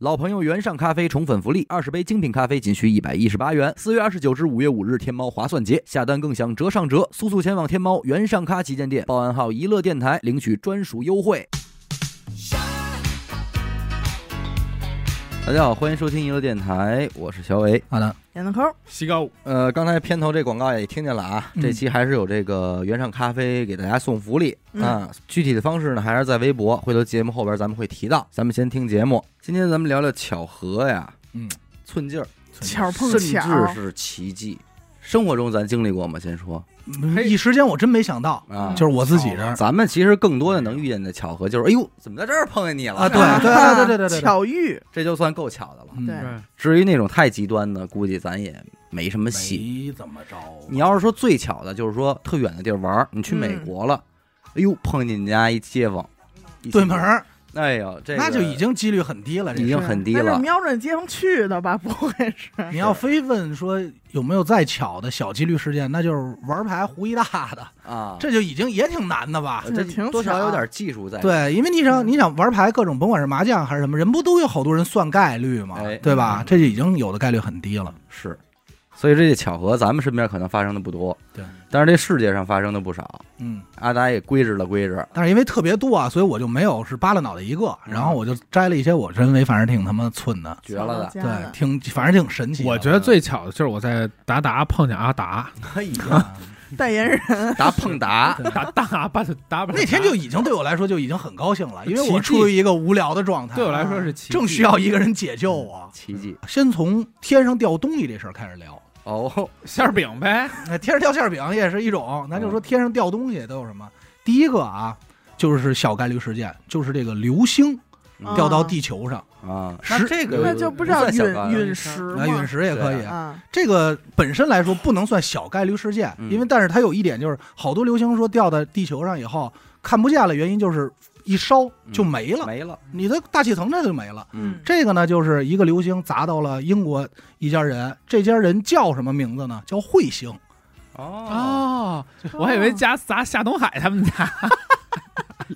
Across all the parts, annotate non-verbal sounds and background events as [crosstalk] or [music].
老朋友原上咖啡宠粉福利，二十杯精品咖啡仅需一百一十八元。四月二十九至五月五日，天猫划算节下单更享折上折，速速前往天猫原上咖旗舰店，报暗号“一乐电台”领取专属优惠。大家好，欢迎收听一乐电台，我是小伟。好的，点个扣，西高，呃，刚才片头这广告也听见了啊，嗯这期还是有这个原上咖啡给大家送福利、嗯啊。具体的方式呢，还是在微博，回头节目后边咱们会提到。咱们先听节目，今天咱们聊聊巧合呀，嗯，寸劲儿，巧碰甚至巧， [laughs] 是奇迹。生活中咱经历过吗？先说嘿一时间我真没想到，啊，就是我自己这儿咱们其实更多的能遇见的巧合，就是哎呦，怎么在这儿碰见你了啊，对 [laughs] 对对对对对对，巧遇，这就算够巧的了。嗯对至于那种太极端的，估计咱也没什么戏。没怎么着，你要是说最巧的，就是说特远的地儿玩儿，你去美国了，哎呦，碰见你家一街坊，一嗯对门，儿，哎呦，这个那就已经几率很低了。这已经是很低那了是瞄准街坊去的吧？不会是？你要非问说有没有再巧的小几率事件，那就是玩牌胡一大的，啊，这就已经也挺难的吧呃？这挺这多少巧有点技术在，，对，因为你想嗯你想玩牌各种，甭管是麻将还是什么，人不都有好多人算概率嘛哎，对吧？嗯这就已经有的概率很低了。是，所以这些巧合咱们身边可能发生的不多，对，但是这世界上发生的不少，嗯，阿达也归置了归 [laughs] 置，但是因为特别多啊，所以我就没有是扒拉脑袋一个，嗯然后我就摘了一些我认为反正挺他妈寸的， [laughs] 绝了的，对对，挺反正挺神奇的。我觉得最巧的就是我在达达碰见阿达，哎呀，啊代 [laughs] 言人达碰达，达达巴达达巴那天就已经对我来说就已经很高兴了，因为我奇迹处于一个无聊的状态，对我来说是奇迹正需要一个人解救我。奇迹先从天上掉东西这事儿开始聊。哦，馅儿饼呗，那天上掉馅儿饼也是一种，咱就嗯说天上掉东西都有什么？第一个啊，就是小概率事件，就是这个流星嗯掉到地球上，啊，石那这个那就不知道算小概率陨陨石那吗？陨石也可以对。啊，这个本身来说不能算小概率事件，嗯因为但是它有一点就是，好多流星说掉到地球上以后看不见了，原因就是一烧就没了，没了，你的大气层它就没了。嗯，这个呢，就是一个流星砸到了英国一家人，这家人叫什么名字呢？叫彗星。哦，哦，我还以为加砸夏东海他们家，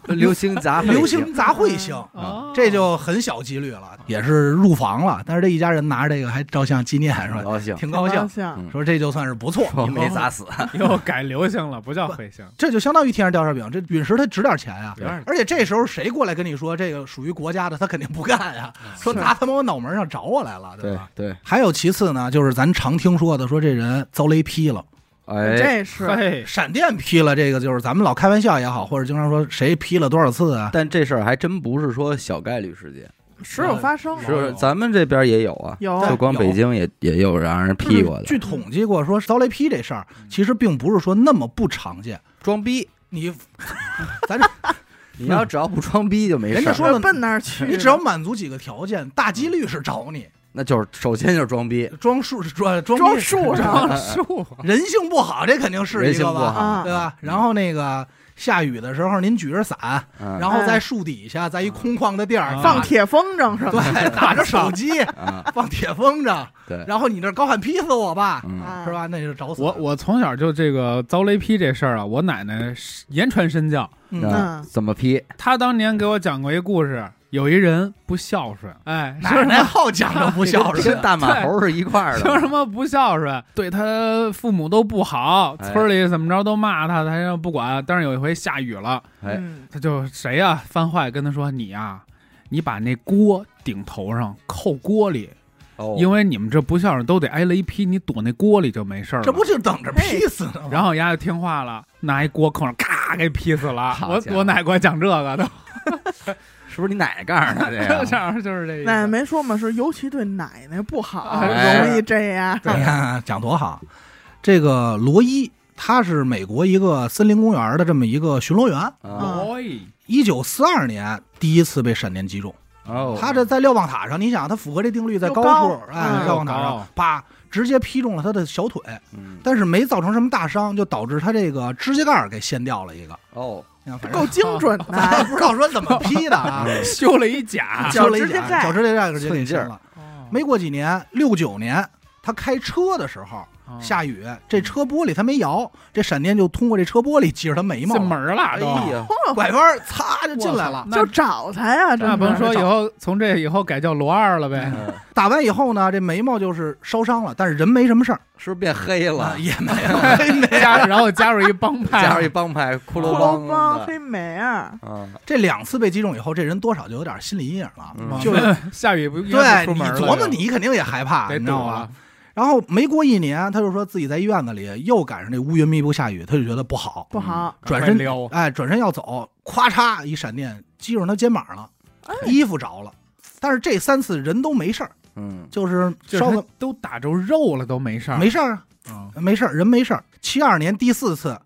流星砸流彗星砸彗星，哦这就很小几率嗯了，也是入房了。但是这一家人拿着这个还照相纪念，很说嗯高兴，挺挺高兴，兴，嗯说这就算是不错。你没砸死， [laughs] 又改流星了，不叫彗星，这就相当于天上掉馅饼，这陨石它值点钱啊。对而且这时候谁过来跟你说这个属于国家的，他肯定不干呀，说是拿他妈我脑门上找我来了，对吧？对，还有其次呢，就是咱常听说的，说这人遭雷劈了，哎，这是嘿，闪电劈了，这个就是咱们老开玩笑也好，或者经常说谁劈了多少次啊？但这事儿还真不是说小概率事件，时嗯有发生，是是咱们这边也有啊，哦有就光北京也也有让人劈过的，据统计过，说遭雷劈这事儿其实并不是说那么不常见。装逼，你，咱这你要只要不装逼就没人事家儿，说了，奔那儿去的，你只要满足几个条件，大几率是找你那就是首先就是装逼，嗯装树装装装逼啊树上撞树，人性不好，这肯定是人一性个不吧，好，啊对吧？然后那个下雨的时候，您举着伞，嗯然后在树底下，在一空旷的地儿啊打放铁风筝什么对，打着手机，啊，放铁风筝，对，然后你这高喊劈死我吧，的嗯，啊是？吧？那就找死我我从小就这个遭雷劈这事儿啊，我奶奶是言传身教， [laughs] 嗯，那怎么劈？她当年给我讲过一故事，有一人不孝顺，哎，奶奶好讲究不孝顺，跟大马猴 [laughs] 是一块儿说什的，么不孝顺，对他父母都不好，哎村里怎么着都骂他，他又不管。但是有一回下雨了，哎，嗯，他就谁呀、翻坏跟他说：“你呀、你把那锅顶头上，扣锅里，哦因为你们这不孝顺都得挨雷劈，你躲那锅里就没事儿了。”这不就等着劈死呢吗？然后丫就听话了，拿一锅扣上，咔给劈死了。好我家伙我奶给我讲这个的，是不是你奶干的这这个？样 [laughs] 就是这意思奶奶没说嘛，是尤其对奶奶不好，哎啊容易这样。你 [laughs] 看讲多好，这个罗伊他是美国一个森林公园的这么一个巡逻员。啊哎一九四二年第一次被闪电击中，哦，他这在瞭望塔上，你想他符合这定律，在高又处高，哎，嗯瞭望塔又上高，啪，直接劈中了他的小腿，嗯但是没造成什么大伤，就导致他这个指甲盖儿给掀掉了一个。哦，你看反正够精准咱也的， [laughs] 不知道说怎么劈的 [laughs] 啊，嗯修了一 [laughs] 甲，削了一嗯脚趾甲盖脚趾甲盖儿就给寸劲掀儿了。没过几年，六九年他开车的时候，啊下雨，这车玻璃它没摇，这闪电就通过这车玻璃挤着他眉毛进了，门儿了哎都，呀，拐弯儿擦就进来哇了塞。那就找他呀，真那甭是说以后从这以后改叫罗二了呗，嗯打完以后呢，这眉毛就是烧伤了，但是人没什么 [laughs] 事儿，是不是变黑了啊？也没 [laughs] 有，嘿没加然后加入一帮派，加上一帮派骷骷髅髅帮的，黑莓啊，嗯，这两次被击中以后，这人多少就有点心理阴影了。嗯 [laughs] 就下雨不应该对不出你门了就琢磨，你肯定也害怕，得你知躲啊道吧了？，然后没过一年，他就说自己在院子里又赶上这乌云密布下雨，他就觉得不好，不好，转赶身快撩，哎，转身要走，咵嚓一闪电击中他肩膀了，哎衣服着了。但是这三次人都没事儿，嗯，就是就是烧他的都打着肉了都没事儿，没事儿啊，嗯没事儿，人没事儿。七二年第四次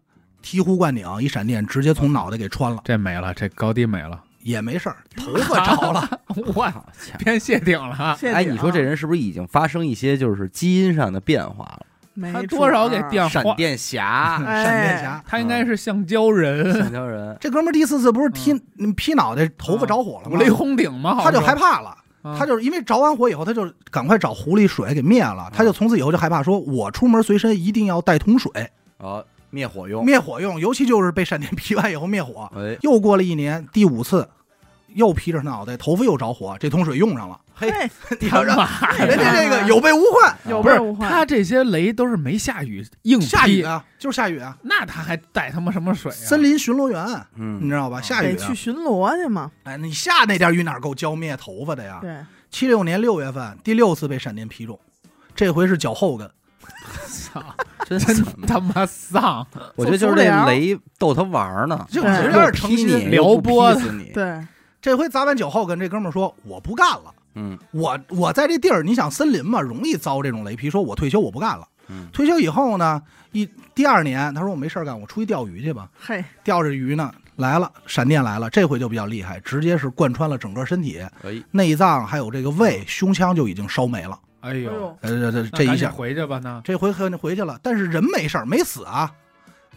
醍醐灌顶，一闪电直接从脑袋给穿了，这没了，这高低没 [laughs] 了，也没事儿，头发着 [laughs] 了，我好家伙变谢顶了，谢谢哎，你啊你说这人是不是已经发生一些就是基因上的变化了？没他准多少给啊儿电闪花，电侠、 [laughs] 哎闪电侠。他应该是橡胶人，橡胶人，这哥们儿第四次不是踢嗯劈脑袋，头发着火了五吗雷？轰顶嘛，好他像就害怕了。啊他就是因为着完火以后，他就赶快找壶里水给灭了，他就从此以后就害怕说，我出门随身一定要带桶水，哦，灭火用，灭火用，尤其就是被闪电劈完以后灭火。哎，又过了一年，第五次，又披着脑袋，头发又着火，这桶水用上了，嘿哎，你说这妈呀人家这个有备无患，有不备是无患。他这些雷都是没下雨硬劈下雨，啊，就是下雨啊，那他还带他妈什么水啊？森林巡逻员，你嗯，知道吧？下得雨啊去，巡逻去嘛，哎，你下那点雨哪够浇灭头发的啊呀？对，七六年六月份，第六次被闪电劈中，这回是脚后跟。操， [laughs] 真真惨他妈丧！我觉得就是这雷逗他玩儿呢，就对只有点劈诚心你，撩拨又不劈死你，对，这回砸完脚后跟，这哥们儿说我不干了，嗯我我在这地儿，你想森林嘛，容易遭这种雷劈，说我退休我不干了。嗯退休以后呢，一第二年他说我没事儿干，我出去钓鱼去吧，嘿，哎钓着鱼呢来了，闪电来了，这回就比较厉害，直接是贯穿了整个身体，哎，内脏还有这个胃、胸腔就已经烧没了。哎哎呦，呦，呃，这这嗯那这赶一紧下，回去吧，那这回回回去了，但是人没事儿，没死啊。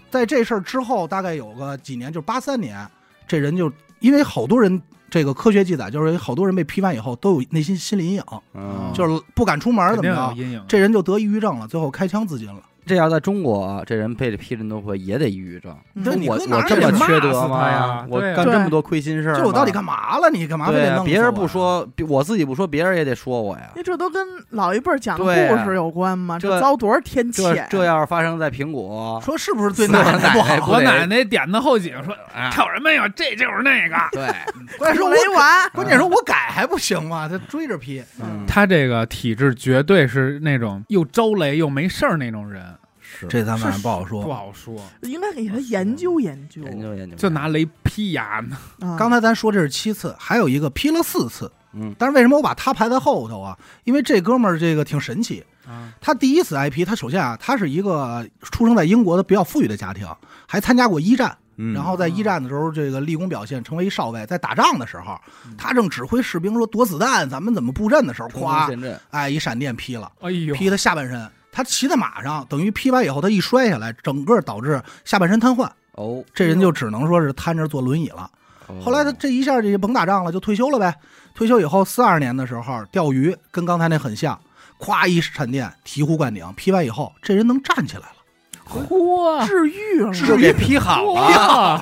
在这事儿之后，大概有个几年，就是八三年，这人就因为好多人，这个科学记载就是有好多人被批判以后都有内心心理阴影，嗯，就就是不敢出门肯怎定么有着，阴影。这人就得抑郁症了，最后开枪自尽了。这要在中国啊，这人被这批人都会也得抑郁症。嗯对你我搁哪我儿这也么骂缺死德他吗呀呀？我对呀干对这么多亏心事儿吗，就我到底干嘛了？你干嘛非对得啊弄死我呀别人不，说，比我自己不说，别人也得说我呀因。为这都跟老一辈儿讲的对啊故事有关嘛，这这遭多少天这谴？这要是发生在苹 [laughs] 果， [laughs] 说是不是对死我奶奶不哎奶奶好？不我得奶奶点的后颈说啊：“挑什么呀？这就是那个。 [laughs] 对，关键说没我完，关键说我改还不行吗？他追着批， [laughs] 嗯”他这个体质绝对是那种又招雷又没事儿那种人，是这咱们还不好不说。好说。应该给他研究研究。研究研究，就拿雷劈呀，啊刚才咱说这是七次，还有一个批了四次，嗯但是为什么我把他排在后头啊？因为这哥们儿这个挺神奇，啊，他第一次挨批，他首先啊，他是一个出生在英国的比较富裕的家庭，还参加过一战，嗯，然后在一战的时候这个立功表现，成为一少尉。在打仗的时候，嗯他正指挥士兵说躲子弹，咱们怎么布阵的时候，冲锋咵，陷阵，哎，一闪电劈了，哎呦，劈他下半身。他骑在马上，等于劈完以后，他一摔下来，整个导致下半身瘫痪。哦，这人就只能说是瘫着坐轮椅了。哦后来他这一下就甭打仗了，就退休了呗。退休以后，四二年的时候钓鱼，跟刚才那很像，咵一闪电醍醐灌顶，劈完以后，这人能站起来了。嚯，治愈了，就给批好了，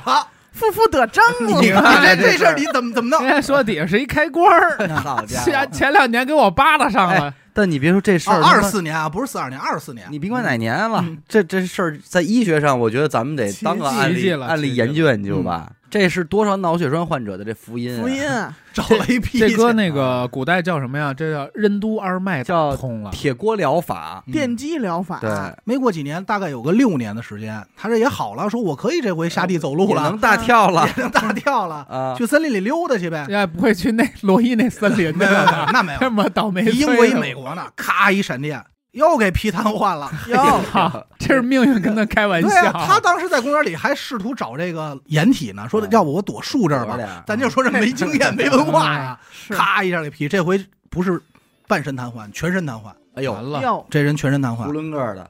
哇！负负得正了。你看看看这这事儿你怎么怎么弄？人家说底下是一开关儿，好家前伙！前两年给我扒拉上哎了，但你别说这事儿，二他妈，四年啊，不是四二年，二四年。你甭管哪年了嗯，这这事儿在医学上，我觉得咱们得当个奇迹案奇例迹了案奇例迹研了究研究吧。这是多少脑血栓患者的这福音啊？福音啊，找雷劈这哥搁那个古代叫什么呀？这叫任督二脉叫通了，铁锅疗法，电击疗法，嗯对，没过几年，大概有个六年的时间，他这也好了，说我可以这回下地走路嗯也了能，大跳了啊也能大跳 [laughs] 了，啊！去森林里溜达去呗 [laughs] 人。家不会去那 [laughs] 罗伊那森林没有，的没有吧，那没有这，么倒霉催的。英国一美国呢，咔一闪电，又给劈瘫 [laughs] 痪了。哟，啊， [laughs] 这是命运跟他开玩笑。对啊，他当时在公园里还试图找这个掩体呢，说嗯要不我躲树这儿躲吧点儿，啊嗯咱就说这没经验、没文化哎呀，是咔一下给劈，这回不是半身瘫痪，全身瘫痪，哎呦完，了，哟，这人全身瘫囫痪。囵个儿的。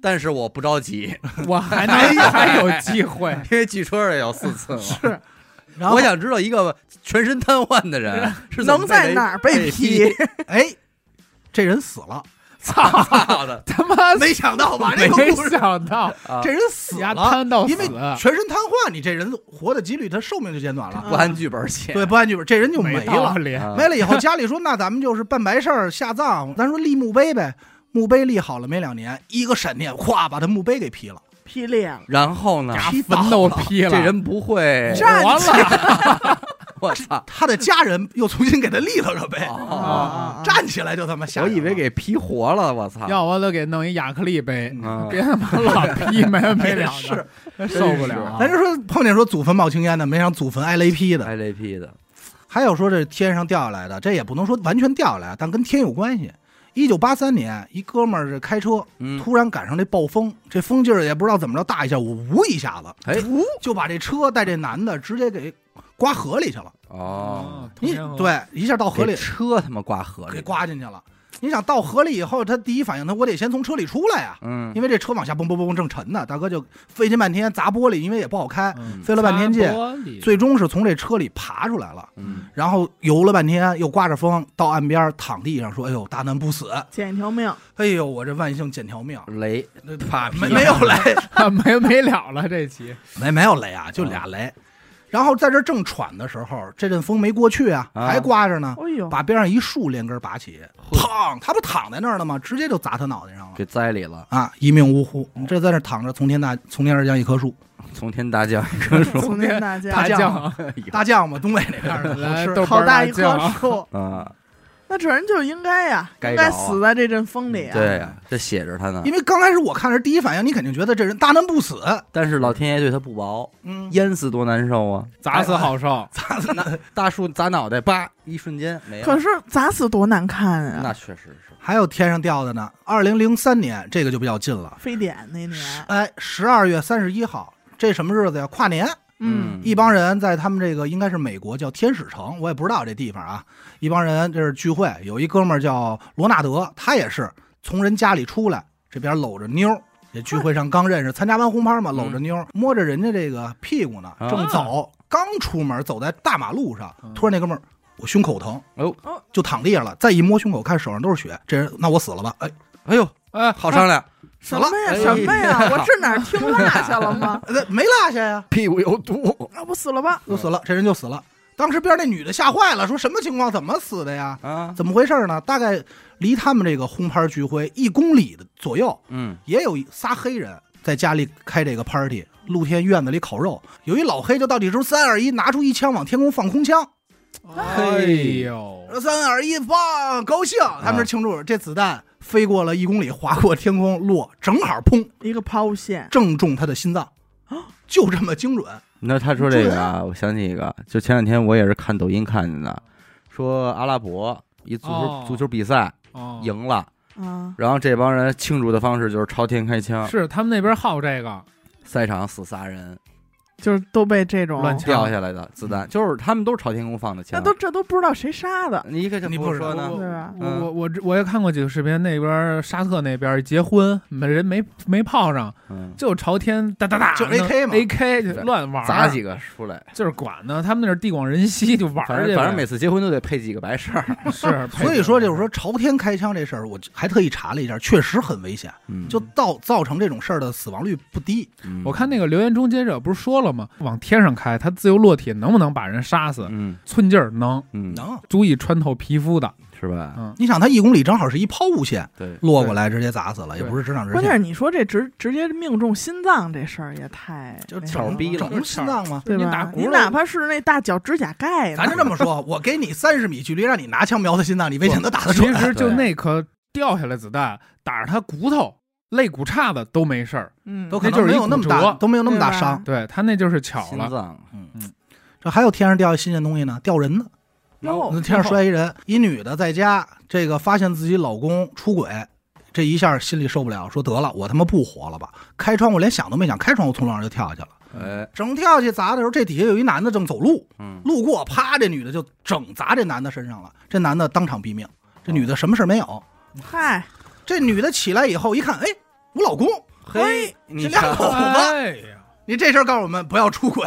但是我不着急，我还哎能还有机会。因为据说也有四次嘛。是然后我想知道一个全身瘫痪的人是怎么能在被哪儿被，被劈？哎，这人死了，操操 [laughs] 的他妈 [laughs] 没想到吧？这个没故事，想到，啊这！人死牙了，瘫到死因为，全身瘫痪，你这人活的几率，他寿命就减短了。啊不按剧本写，对，不按剧本，这人就没道了。理。啊没了以后，家里说那咱们就是办白事儿下葬，咱说立墓碑呗。墓碑立好了没两年，一个闪电，咵把他墓碑给劈了。劈裂了，然后呢？牙坟都劈了，这人不 [laughs] 会，站活了，我 [laughs] 操！他的家人又重新给他立了个碑，哦啊站起来就他妈吓我人了。以为给劈活了，我操！要我都给弄一亚克力杯，嗯别他妈老劈没完没了是，的，受不了啊。咱就说碰见说祖坟冒青烟的，没让祖坟挨雷劈哎的，挨雷劈的，还有说这天上掉下来的，这也不能说完全掉下来，但跟天有关系。一九八三年，一哥们儿这开车嗯，突然赶上这暴风，这风劲儿也不知道怎么着大一下，我呜一下子，哎，就把这车带这男的直接给刮河里去了。哦，你，对一下到河给里车他妈挂河里，给，刮进去了。你想到河里以后，他第一反应他我得先从车里出来呀、嗯，因为这车往下蹦蹦蹦蹦正沉呢，大哥就费劲半天砸玻璃，因为也不好开，嗯啊费了半天劲，劲最终是从这车里爬出来了。嗯，然后游了半天，又刮着风，到岸边躺地上说：“哎呦，大难不死！捡一条命，哎呦，我这万幸捡条命。雷那啪没没有雷， [laughs] 没没了了这期，没没有雷啊，就俩雷。然后在这正喘的时候，这阵风没过去啊，啊还刮着呢，哎呦，把边上一树连根拔起，砰！他不躺在那儿了吗？直接就砸他脑袋上了给栽里了，啊，一命呜呼！你这在那儿躺着，从天大从天而降一棵树，从天大降一 [laughs] 棵树，从天大大酱家，酱大酱嘛，东北那边儿的好来吃。豆好瓣大一棵酱，树， [laughs] 啊，那这人就应该呀，该应该着啊死在这阵风里啊。对呀，这写着他呢，因为刚开始我看是第一反应，你肯定觉得这人大难不死，但是老天爷对他不薄，嗯，淹死多难受啊！砸死好受，咋死呢？大树砸脑袋，叭，一瞬间没可了，是砸死多难看啊！那确实是，还有天上掉的呢。二零零三年，这个就比较近了。非典那年，哎，十二月三十一号，这什么日子呀？跨年，嗯一帮人在他们这个应该是美国叫天使城，我也不知道这地方啊。一帮人这是聚会，有一哥们儿叫罗纳德，他也是从人家里出来，这边搂着妞儿。这聚会上刚认识，参加完红牌嘛，搂着妞儿，摸着人家这个屁股呢，啊正走，刚出门走在大马路上嗯，突然那哥们儿，我胸口疼，哎呦就躺地上了，再一摸胸口，看手上都是血，这人那我死了吧？哎，哎呦，哎，好商量，死什了么，呀哎什么呀 [laughs] 哎？我这哪儿听落下了吗？呃没落下呀， [laughs] 屁股有毒啊，我死了吧？就死了，这人就死了。当时边那女的吓坏了，说什么情况？怎么死的呀？啊，怎么回事呢？大概离他们这个轰趴聚会一公里的左右，嗯，也有仨黑人在家里开这个 party，露天院子里烤肉。有一老黑就到底说三二一，拿出一枪往天空放空枪，哎呦，说三二一放，高兴。他们这庆祝，这子弹飞过了一公里，划过天空落，正好砰，一个抛物线，正中他的心脏，就这么精准。你知道他说这个啊，我想起一个，就前两天我也是看抖音看见的，说阿拉伯一足球、哦足球比赛哦赢了，啊，然后这帮人庆祝的方式就是朝天开枪，是他们那边好这个赛场死仨人，就是都被这种，乱枪掉下来的子弹，就是他们都是朝天空放的那枪。都这都不知道谁杀的，你一个就你不不说说呢我？是啊吧？嗯我我我这我也看过几个视频，那边沙特那边结婚，没人没没泡上，嗯，就朝天哒哒哒，就 AK 嘛 a k 就乱玩儿，砸几个出来，就是管呢，他们那是地广人稀，就玩反儿去正呗。反正 [laughs] 每次结婚都得配几个白事儿。是，所以说，就是嗯说朝天开枪这事儿，我还特意查了一下，确实很危险，嗯，就造造成这种事儿的死亡率不低。嗯我看那个留言终结者不是说了吗？往天上开，它自由落体能不能把人杀死？嗯寸劲儿能，嗯，能，足以穿透皮肤的。是吧？嗯，你想，他一公里正好是一抛物线对，落过来，直接砸死了，也对不是直上直关键下是，你说这直直接命中心脏这事儿也太就那什巧么整儿逼了整心脏 [laughs] 吗？对你吧？哎打轱辘你哪怕是那大脚指甲盖呢，咱就这么说，我给你三十米距离，让你拿枪瞄他心脏，你危险都打得其准。实就那颗掉下来子弹打着他骨头、肋骨叉子都没事儿。嗯，都可可能就能是一没有那么骨大，折都没有那么大对吧伤。对他那就是巧心了，脏这还有天上掉下新鲜东西呢，掉人呢。哟哦那天上摔一人，一女的在家，这个发现自己老公出轨，这一下心里受不了，说得了，我他妈不活了吧！开窗户连想都没想，开窗户从楼上就跳下去了。哎，整跳下去砸的时候，这底下有一男的正走路，嗯，路过，啪，这女的就整砸这男的身上了，这男的当场毙命，这女的什么事儿没有。嗨，这女的起来以后一看，哎，我老公，嘿，你这俩看口子哎呀， [laughs] 你这事儿告诉我们不要出轨，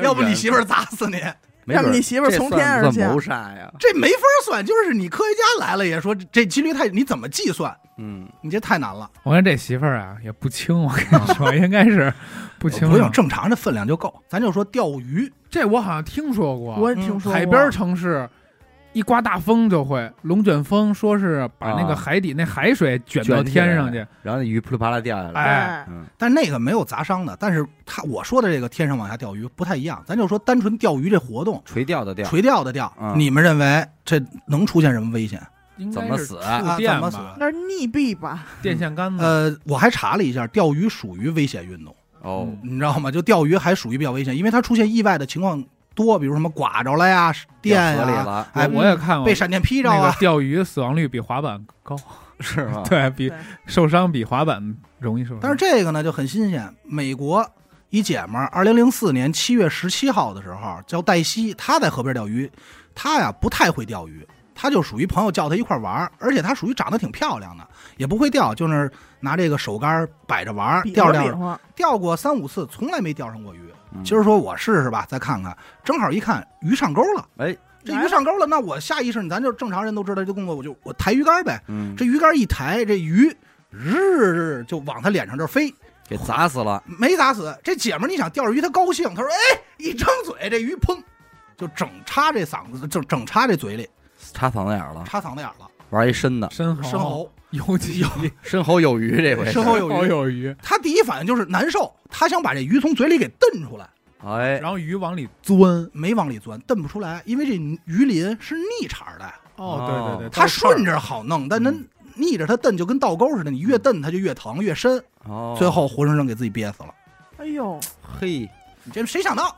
要不哎你呀媳妇儿砸死你。没准让你媳妇儿这从算天而不算降谋杀呀？这没法算，就是你科学家来了也说这这几率太，你怎么计算？嗯，你这太难了，我看这媳妇儿啊也不轻，我跟啊你说，应该是不轻了。不用正常的分量就够。咱就说钓鱼，这我好像听说过，我也听说过海边城市一刮大风就会龙卷风，说是把那啊个海底那海水卷到卷起来天上去。然后那鱼扑啦啪啦掉下来，哎哎，嗯但那个没有砸伤的。但是他我说的这个天上往下钓鱼不太一样，咱就说单纯钓鱼这活动，垂钓的钓，垂钓的钓，嗯你们认为这能出现什么危险？应怎该么是死触啊电怎么吧，那是溺毙吧？电线杆子。呃，我还查了一下，钓鱼属于危险运动，哦，你知道吗？就钓鱼还属于比较危险，因为它出现意外的情况多，比如什么刮着了呀、电掉河里 [laughs] 呀、了，哎我我也看过被闪电劈着那啊个，钓鱼死亡率比滑板高，是吗？对比对受伤比滑板容易受伤。但是这个呢就很新鲜。美国一姐们儿，二零零四年七月十七号的时候，叫黛西，她在河边钓鱼，她呀不太会钓鱼，她就属于朋友叫她一块儿玩儿，而且她属于长得挺漂亮的，也不会钓，就是拿这个手竿儿摆着玩儿，比钓着划钓比着，划，钓过三五次，从来没钓上过鱼。嗯今儿说我试试吧，再看看，正好一看鱼上钩了，哎，这来鱼了上钩了，那我下意识，咱就正常人都知道这动作，我就我抬鱼竿儿呗，嗯，这鱼竿一抬，这鱼日就往他脸上这儿飞，给砸死了，没砸死。这姐们儿，你想钓着鱼，她高兴，她说：“哎，一张嘴，这鱼砰，就整插这嗓子，整整插这嘴里，插嗓子眼儿了，插嗓子眼儿了，玩一深的，深喉生喉，尤其深喉有余这回是，深喉有蚝余。有鱼，她第一反应就是难受，她想把这鱼从嘴里给蹬出来，哎，然后鱼往里钻。没往里钻，蹬不出来，因为这鱼鳞是逆茬的，哦哦，对对对，它到刺儿顺着好弄，但嗯能逆着它蹬就跟倒钩似的，你越蹬它就越疼越深，哦，最后活生生给自己憋死了。哎呦，嘿，你这谁想到？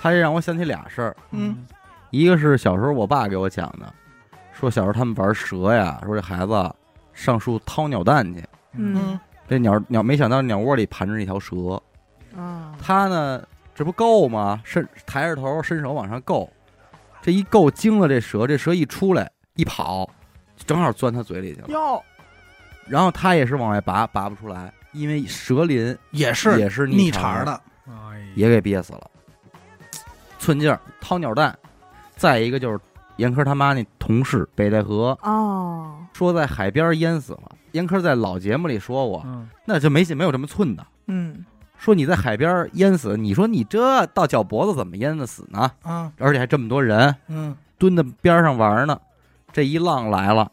他这让我想起俩事儿，嗯，一个是小时候我爸给我讲的，说小时候他们玩蛇呀，说这孩子上树掏鸟蛋去，嗯这鸟鸟没想到鸟窝里盘着一条蛇，啊，他呢这不够吗？伸抬着头伸手往上够，这一够惊了这蛇，这蛇一出来一跑，正好钻他嘴里去了，哟，然后他也是往外拔，拔不出来，因为蛇鳞也是也是啊逆茬茬儿的，哎呀也给憋死了。寸劲儿掏鸟蛋，再一个就是严科他妈那同事北戴河哦，说在海边淹死了。严科在老节目里说过，嗯，那就没没有这么寸的。嗯，说你在海边淹死，你说你这到脚脖子怎么淹得死呢？啊，而且还这么多人嗯，蹲在边上玩呢，这一浪来了，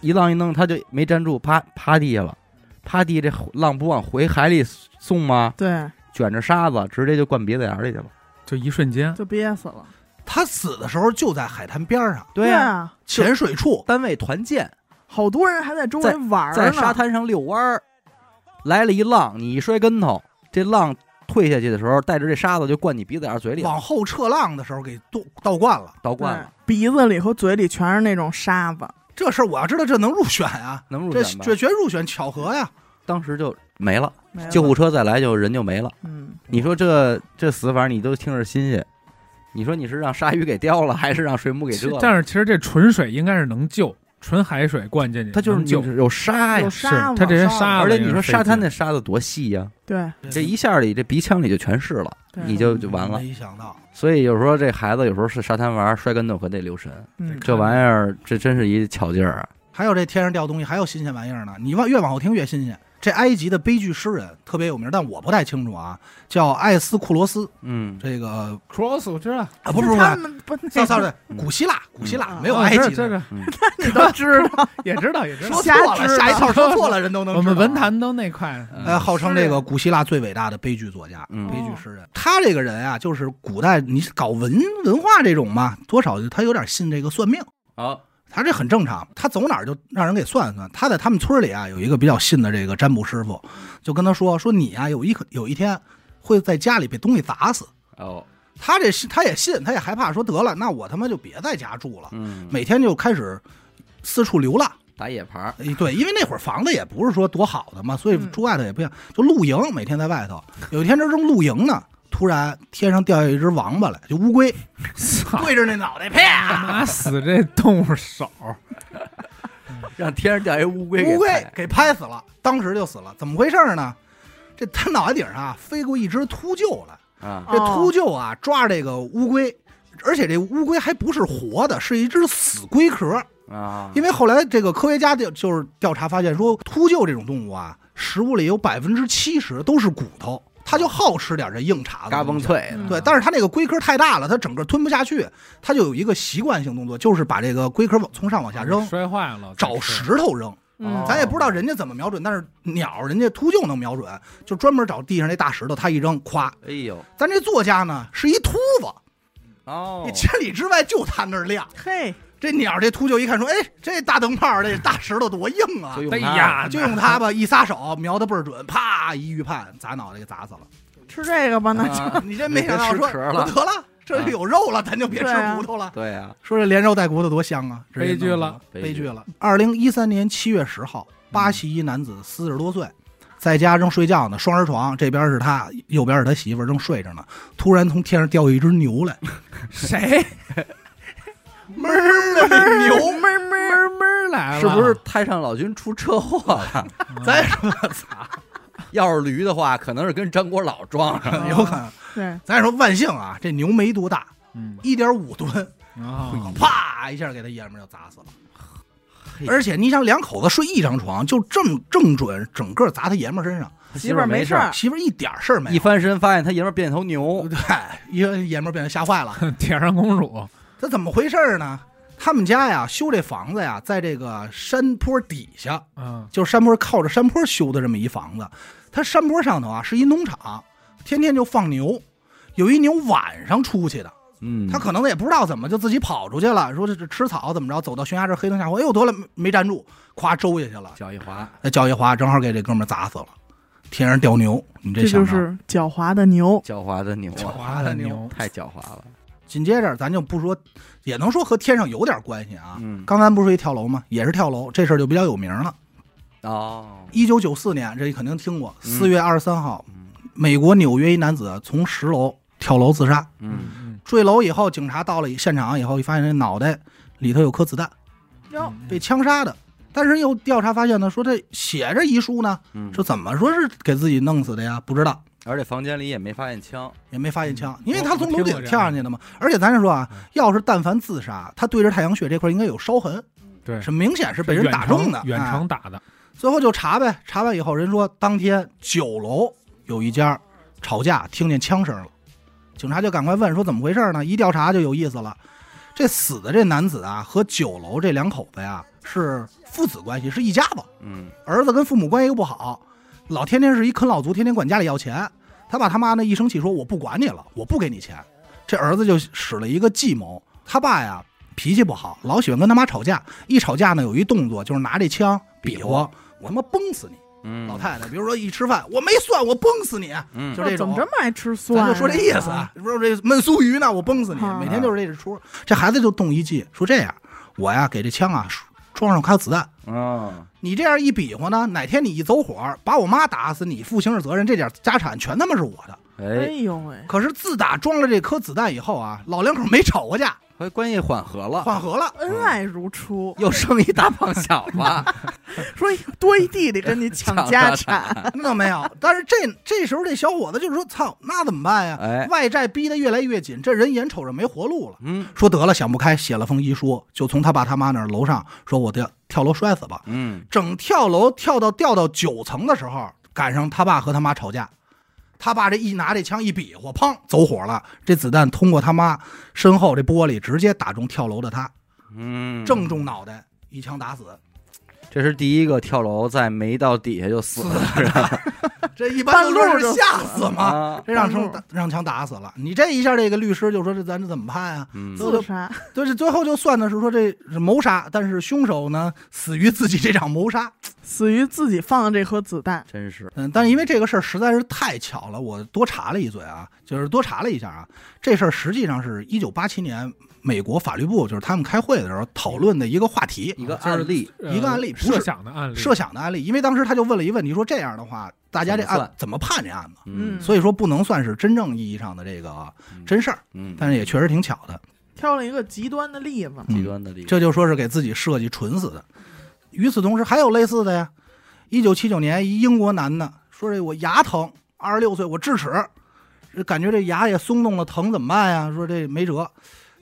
一浪一弄他就没站住，啪趴地下了，趴地这浪不往回海里送吗？对，卷着沙子直接就灌鼻子眼儿里去了。就一瞬间，就憋死了。他死的时候就在海滩边上对呀、啊，浅水处，单位团建好多人还在周围玩儿在呢，沙滩上遛弯儿，来了一浪，你一摔跟头，这浪退下去的时候，带着这沙子就灌你鼻子眼儿嘴里，往后撤浪的时候给倒倒灌了。倒对灌了，鼻子里和嘴里全是那种沙子，这事儿我要知道，这能入选啊，能入这选吧这？绝入选巧合呀！当时就没了，没了救护车再来就人就没了。嗯，你说这这死法你都听着新鲜，你说你是让鲨鱼给叼了，还是让水母给其蛰了？但是其实这纯水应该是能救，纯海水灌进去，它就是能救有。有沙呀有，沙它这子，些沙子而也且是你说费沙滩劲那沙子多细呀，对，这一下里这鼻腔里就全是了，对你就就完了。嗯没想到，所以有时候这孩子有时候是沙滩玩儿摔跟头可得留神。嗯，这玩意儿，这真是一巧劲儿啊！还有这天上掉东西，还有新鲜玩意儿呢。你往越往后听越新鲜。这埃及的悲剧诗人特别有名，但我不太清楚啊，叫艾斯库罗斯。嗯，这个 cross，我知道，啊，不是不是他不们不，是，sorry，嗯古希腊，古希腊嗯没有哦埃知道及这的，个你都知道， [laughs] 也知道，也知道说。错瞎了，知道下一套说错了，人都能知道。啊我们文坛都那块，呃，号称这是个古希腊最伟大的悲剧作家、嗯悲剧哦诗人。他这个人啊，就是古代你搞文文化这种嘛，多少他有点信这个算命，好，他这很正常。他走哪儿就让人给算算。他在他们村里啊，有一个比较信的这个占卜师傅，就跟他说说你啊，有一可有一天会在家里被东西砸死。哦，他这信他也信，他也害怕，说得了，那我他妈就别在家住了，嗯，每天就开始四处流浪。打野牌儿，哎对，因为那会儿房子也不是说多好的嘛，所以嗯住外头也不行，就露营，每天在外头。有一天这正露营呢，突然天上掉下一只王八来，就乌龟， [laughs] 操，对着那脑袋啪，拿死这动物少，让天上掉一乌龟乌龟给拍死了，当时就死了。怎么回事呢？这他脑袋顶上啊飞过一只秃鹫来，啊，这秃哦鹫啊抓这个乌龟，而且这乌龟还不是活的，是一只死龟壳。啊，因为后来这个科学家就就是调查发现说，秃鹫这种动物啊，食物里有百分之七十都是骨头，它就好吃点这硬茬子，嘎嘣。脆的，对，但是它那个龟壳太大了，它整个吞不下去，它就有一个习惯性动作，就是把这个龟壳往从上往下啊扔，摔坏了，找石头扔。哦嗯，咱也不知道人家怎么瞄准，但是鸟人家秃鹫能瞄准，就专门找地上那大石头，它一扔，咵。哎呦，咱这作家呢是一秃子，哦你，千里之外就他那儿亮。嘿，这鸟这秃鹫一看说，哎，这大灯泡儿这大石头多硬啊！就用哎它呀，就 [laughs] 用它吧，一撒手瞄的倍儿准，啪一预判砸脑袋给砸死了。吃这个吧，那就啊你这没想别到吃说壳了啊得了，这就有肉了，咱就别吃对啊骨头了。对呀，说这连肉带骨头多香啊！直接悲剧弄了死悲悲剧剧了。二零一三年七月十号，巴西一男子四十多岁，在家正睡觉呢，双人床，这边是他，右边是他媳妇儿，正睡着呢，突然从天上掉下一只牛 [laughs] 来，谁哞啊儿的牛。哞儿哞儿慢慢来了？是不是太上老君出车祸 [laughs] 了？ [laughs] 咱说，要是驴的话，可能是跟张果老撞上。啊有可能，对，咱说万幸啊，这牛没多大，嗯？一点五吨，嗯，啊啪一下给他爷们儿就砸死了。嘿而且你想，两口子睡一张床，就正正准，整个砸他爷们儿身上，媳妇儿没事儿媳妇儿一点事儿没一有。翻身发现他爷们儿变头牛，对，一个爷们儿被人吓坏了，嗯铁扇公主，这怎么回事儿呢？他们家呀，修这房子呀，在这个山坡底下，嗯，就是山坡靠着山坡修的这么一房子。它山坡上头啊是一农场，天天就放牛。有一牛晚上出去的，嗯，他可能也不知道怎么就自己跑出去了，说这这吃草怎么着，走到悬崖这儿黑灯瞎火，哎呦得了没没站住，咵周下去了。脚一滑，那焦一华正好给这哥们儿砸死了，天上掉牛，你这想就法。是狡猾的牛，狡猾的牛啊，滑的牛，太狡猾了。紧接着咱就不说，也能说和天上有点关系啊。嗯，刚才不是说一跳楼吗？也是跳楼，这事儿就比较有名了。哦，一九九四年，这你肯定听过，嗯四月二十三号，嗯美国纽约一男子从十楼跳楼自杀，嗯，嗯坠楼以后，警察到了现场以后，一发现这脑袋里头有颗子弹，嗯哟，被枪杀的。但是又调查发现呢，说这写着遗书呢，嗯说怎么说是给自己弄死的呀？不知道。而且房间里也没发现枪，也没发现枪嗯，因为他从我楼我听过顶这跳上去的嘛。而且咱就说啊嗯，要是但凡自杀，他对着太阳穴这块应该有烧痕，对，是明显是被人打中的。远程远哎程打的，最后就查呗，查完以后人说当天九楼有一家吵架，听见枪声了，警察就赶快问说怎么回事呢？一调查就有意思了，这死的这男子啊和九楼这两口子呀是父子关系，是一家子。嗯，儿子跟父母关系又不好，老天天是一啃老族，天天管家里要钱。他爸他妈呢一生气说我不管你了，我不给你钱。这儿子就使了一个计谋，他爸呀脾气不好，老喜欢跟他妈吵架。一吵架呢有一动作就是拿这枪比划，我他妈崩死你！嗯，老太太，比如说一吃饭我没蒜，我崩死你，嗯，就这怎种么。这么爱吃蒜咱啊？就说这意思啊，不是这焖酥鱼呢，我崩死你啊！每天就是这出，这孩子就动一计，说这样，我呀给这枪啊装上颗子弹，嗯，你这样一比划呢，哪天你一走火，把我妈打死，你负刑事责任，这点家产全他妈是我的。哎，哎呦喂，可是自打装了这颗子弹以后啊，老两口没吵过架，和哎关系缓和了，缓和了。恩爱如初，又生一大胖小子， [laughs] 说多一弟弟跟你抢家产，那倒没有，但是这这时候这小伙子就是说，操，那怎么办呀？哎，外债逼得越来越紧，这人眼瞅着没活路了。嗯说得了，想不开，写了封遗书，就从他爸他妈那儿楼上说，我得跳楼摔死吧。嗯，整跳楼跳到掉到九层的时候，赶上他爸和他妈吵架。他爸这一拿这枪一比划，砰，走火了。这子弹通过他妈身后这玻璃，直接打中跳楼的他，嗯，正中脑袋，一枪打死。这是第一个跳楼在没到底下就死的人这一般都说是吓死吗？啊，这 [laughs] [laughs] 让半路枪打让枪打死了。你这一下，这个律师就说这咱这怎么判啊？嗯，自杀，对，这最后就算的是说这是谋杀，但是凶手呢死于自己这场谋杀。死于自己放的这颗子弹，真是，嗯，但是因为这个事儿实在是太巧了，我多查了一嘴啊，就是多查了一下啊，这事儿实际上是一九八七年美国法律部就是他们开会的时候讨论的一个话题，一个案例，一个案例呃不是设想的案例，设想的案例。因为当时他就问了一问题，说这样的话，大家这怎么案算怎么判这案子？嗯所以说不能算是真正意义上的这个真事儿，嗯，但是也确实挺巧的。挑了一个极端的例嗯子，极端的例子，这就说是给自己设计蠢死的。与此同时，还有类似的呀。一九七九年，一英国男的说这我牙疼，二十六岁，我智齿，感觉这牙也松动了，疼怎么办呀？说这没辙，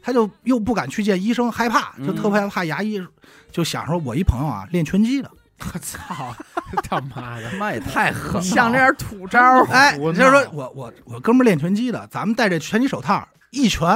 他就又不敢去见医生，害怕，就特嗯别怕牙医，就想说我一朋友啊练拳击的， [laughs] 我操， [laughs] 他妈的！妈也太狠了，想这点土招儿，哎，胡你就说闹我我我哥们儿练拳击的，咱们戴这拳击手套，一拳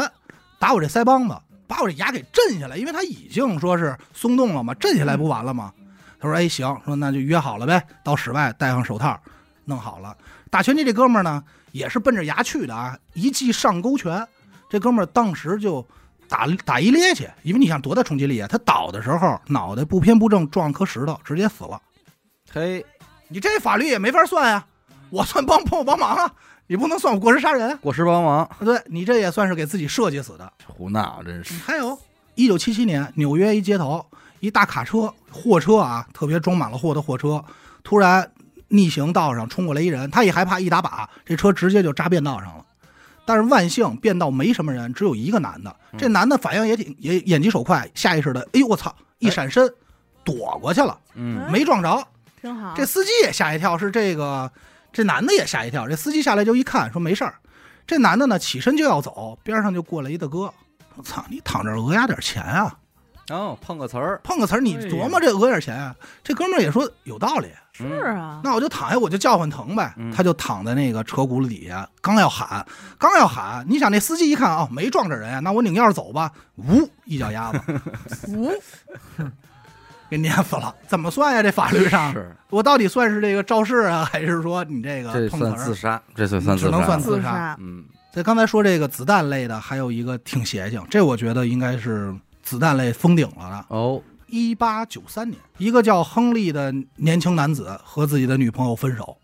打我这腮帮子，把我这牙给震下来，因为他已经说是松动了嘛，震下来不完了吗？他说哎行，说那就约好了呗，到室外戴上手套，弄好了。打拳击这哥们儿呢，也是奔着牙去的啊，一记上勾拳，这哥们儿当时就。打打一趔趄，因为你想多大冲击力啊！他倒的时候脑袋不偏不正撞颗石头，直接死了。 [laughs] 嘿，你这法律也没法算呀、我算帮帮我帮忙啊，你不能算我过失杀人啊。过失帮忙，对你这也算是给自己设计死的。胡闹，真是还有，一九七七年纽约一街头，一大卡车货车啊，特别装满了货的货车，突然逆行道上冲过来一人，他也害怕，一打把这车直接就扎变道上了。但是万幸，变道没什么人，只有一个男的。这男的反应也挺也眼疾手快，下意识的，哎呦我操，一闪身躲过去了，嗯，没撞着。挺好。这司机也吓一跳，是这个这男的也吓一跳。这司机下来就一看，说没事儿。这男的呢起身就要走，边上就过来一大哥，我操，你躺这儿讹压点钱啊？哦，碰个词儿，碰个瓷儿，你哎呀琢磨这讹点钱啊？这哥们儿也说有道理，嗯是啊，那我就躺下，我就叫唤疼呗嗯。他就躺在那个车轱辘底下，刚要喊，刚要喊，你想那司机一看啊、哦没撞着人啊，那我拧钥匙走吧，呜，一脚丫子嗯服给碾死了。怎么算呀？这法律上，是，我到底算是这个肇事啊，还是说你这个这碰算瓷儿啊嗯自？杀，这算算只自能杀算了，自自杀杀，嗯，在刚才说这个子弹类的，还有一个挺邪性，这我觉得应该是子弹类封顶了的。哦，一八九三年，一个叫亨利的年轻男子和自己的女朋友分手。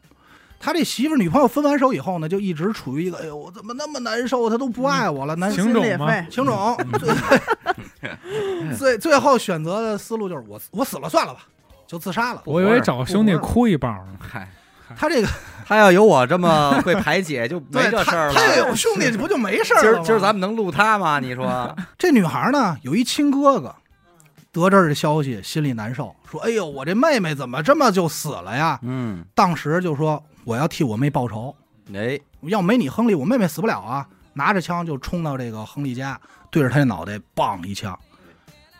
他这媳妇儿女朋友分完手以后呢，就一直处于一个哎呦我怎么那么难受，他都不爱我了，难嗯行撕心种裂吗肺情种。 [laughs] 最最最后选择的思路就是我我死了算了吧，就自杀了。不我以为找兄弟哭一棒 [laughs] 呢。嗨，他这个他要有我这么会排解，就没对这事儿了。他他也有兄弟，不就没事儿今了儿吗？今儿咱们能录他吗？你说这女孩呢，有一亲哥哥，得这儿的消息，心里难受，说：“哎呦，我这妹妹怎么这么就死了呀 [laughs] 嗯，？”当时就说：“我要替我妹报仇，哎，要没你亨利，我妹妹死不了啊！”拿着枪就冲到这个亨利家，对着他这脑袋，梆一枪。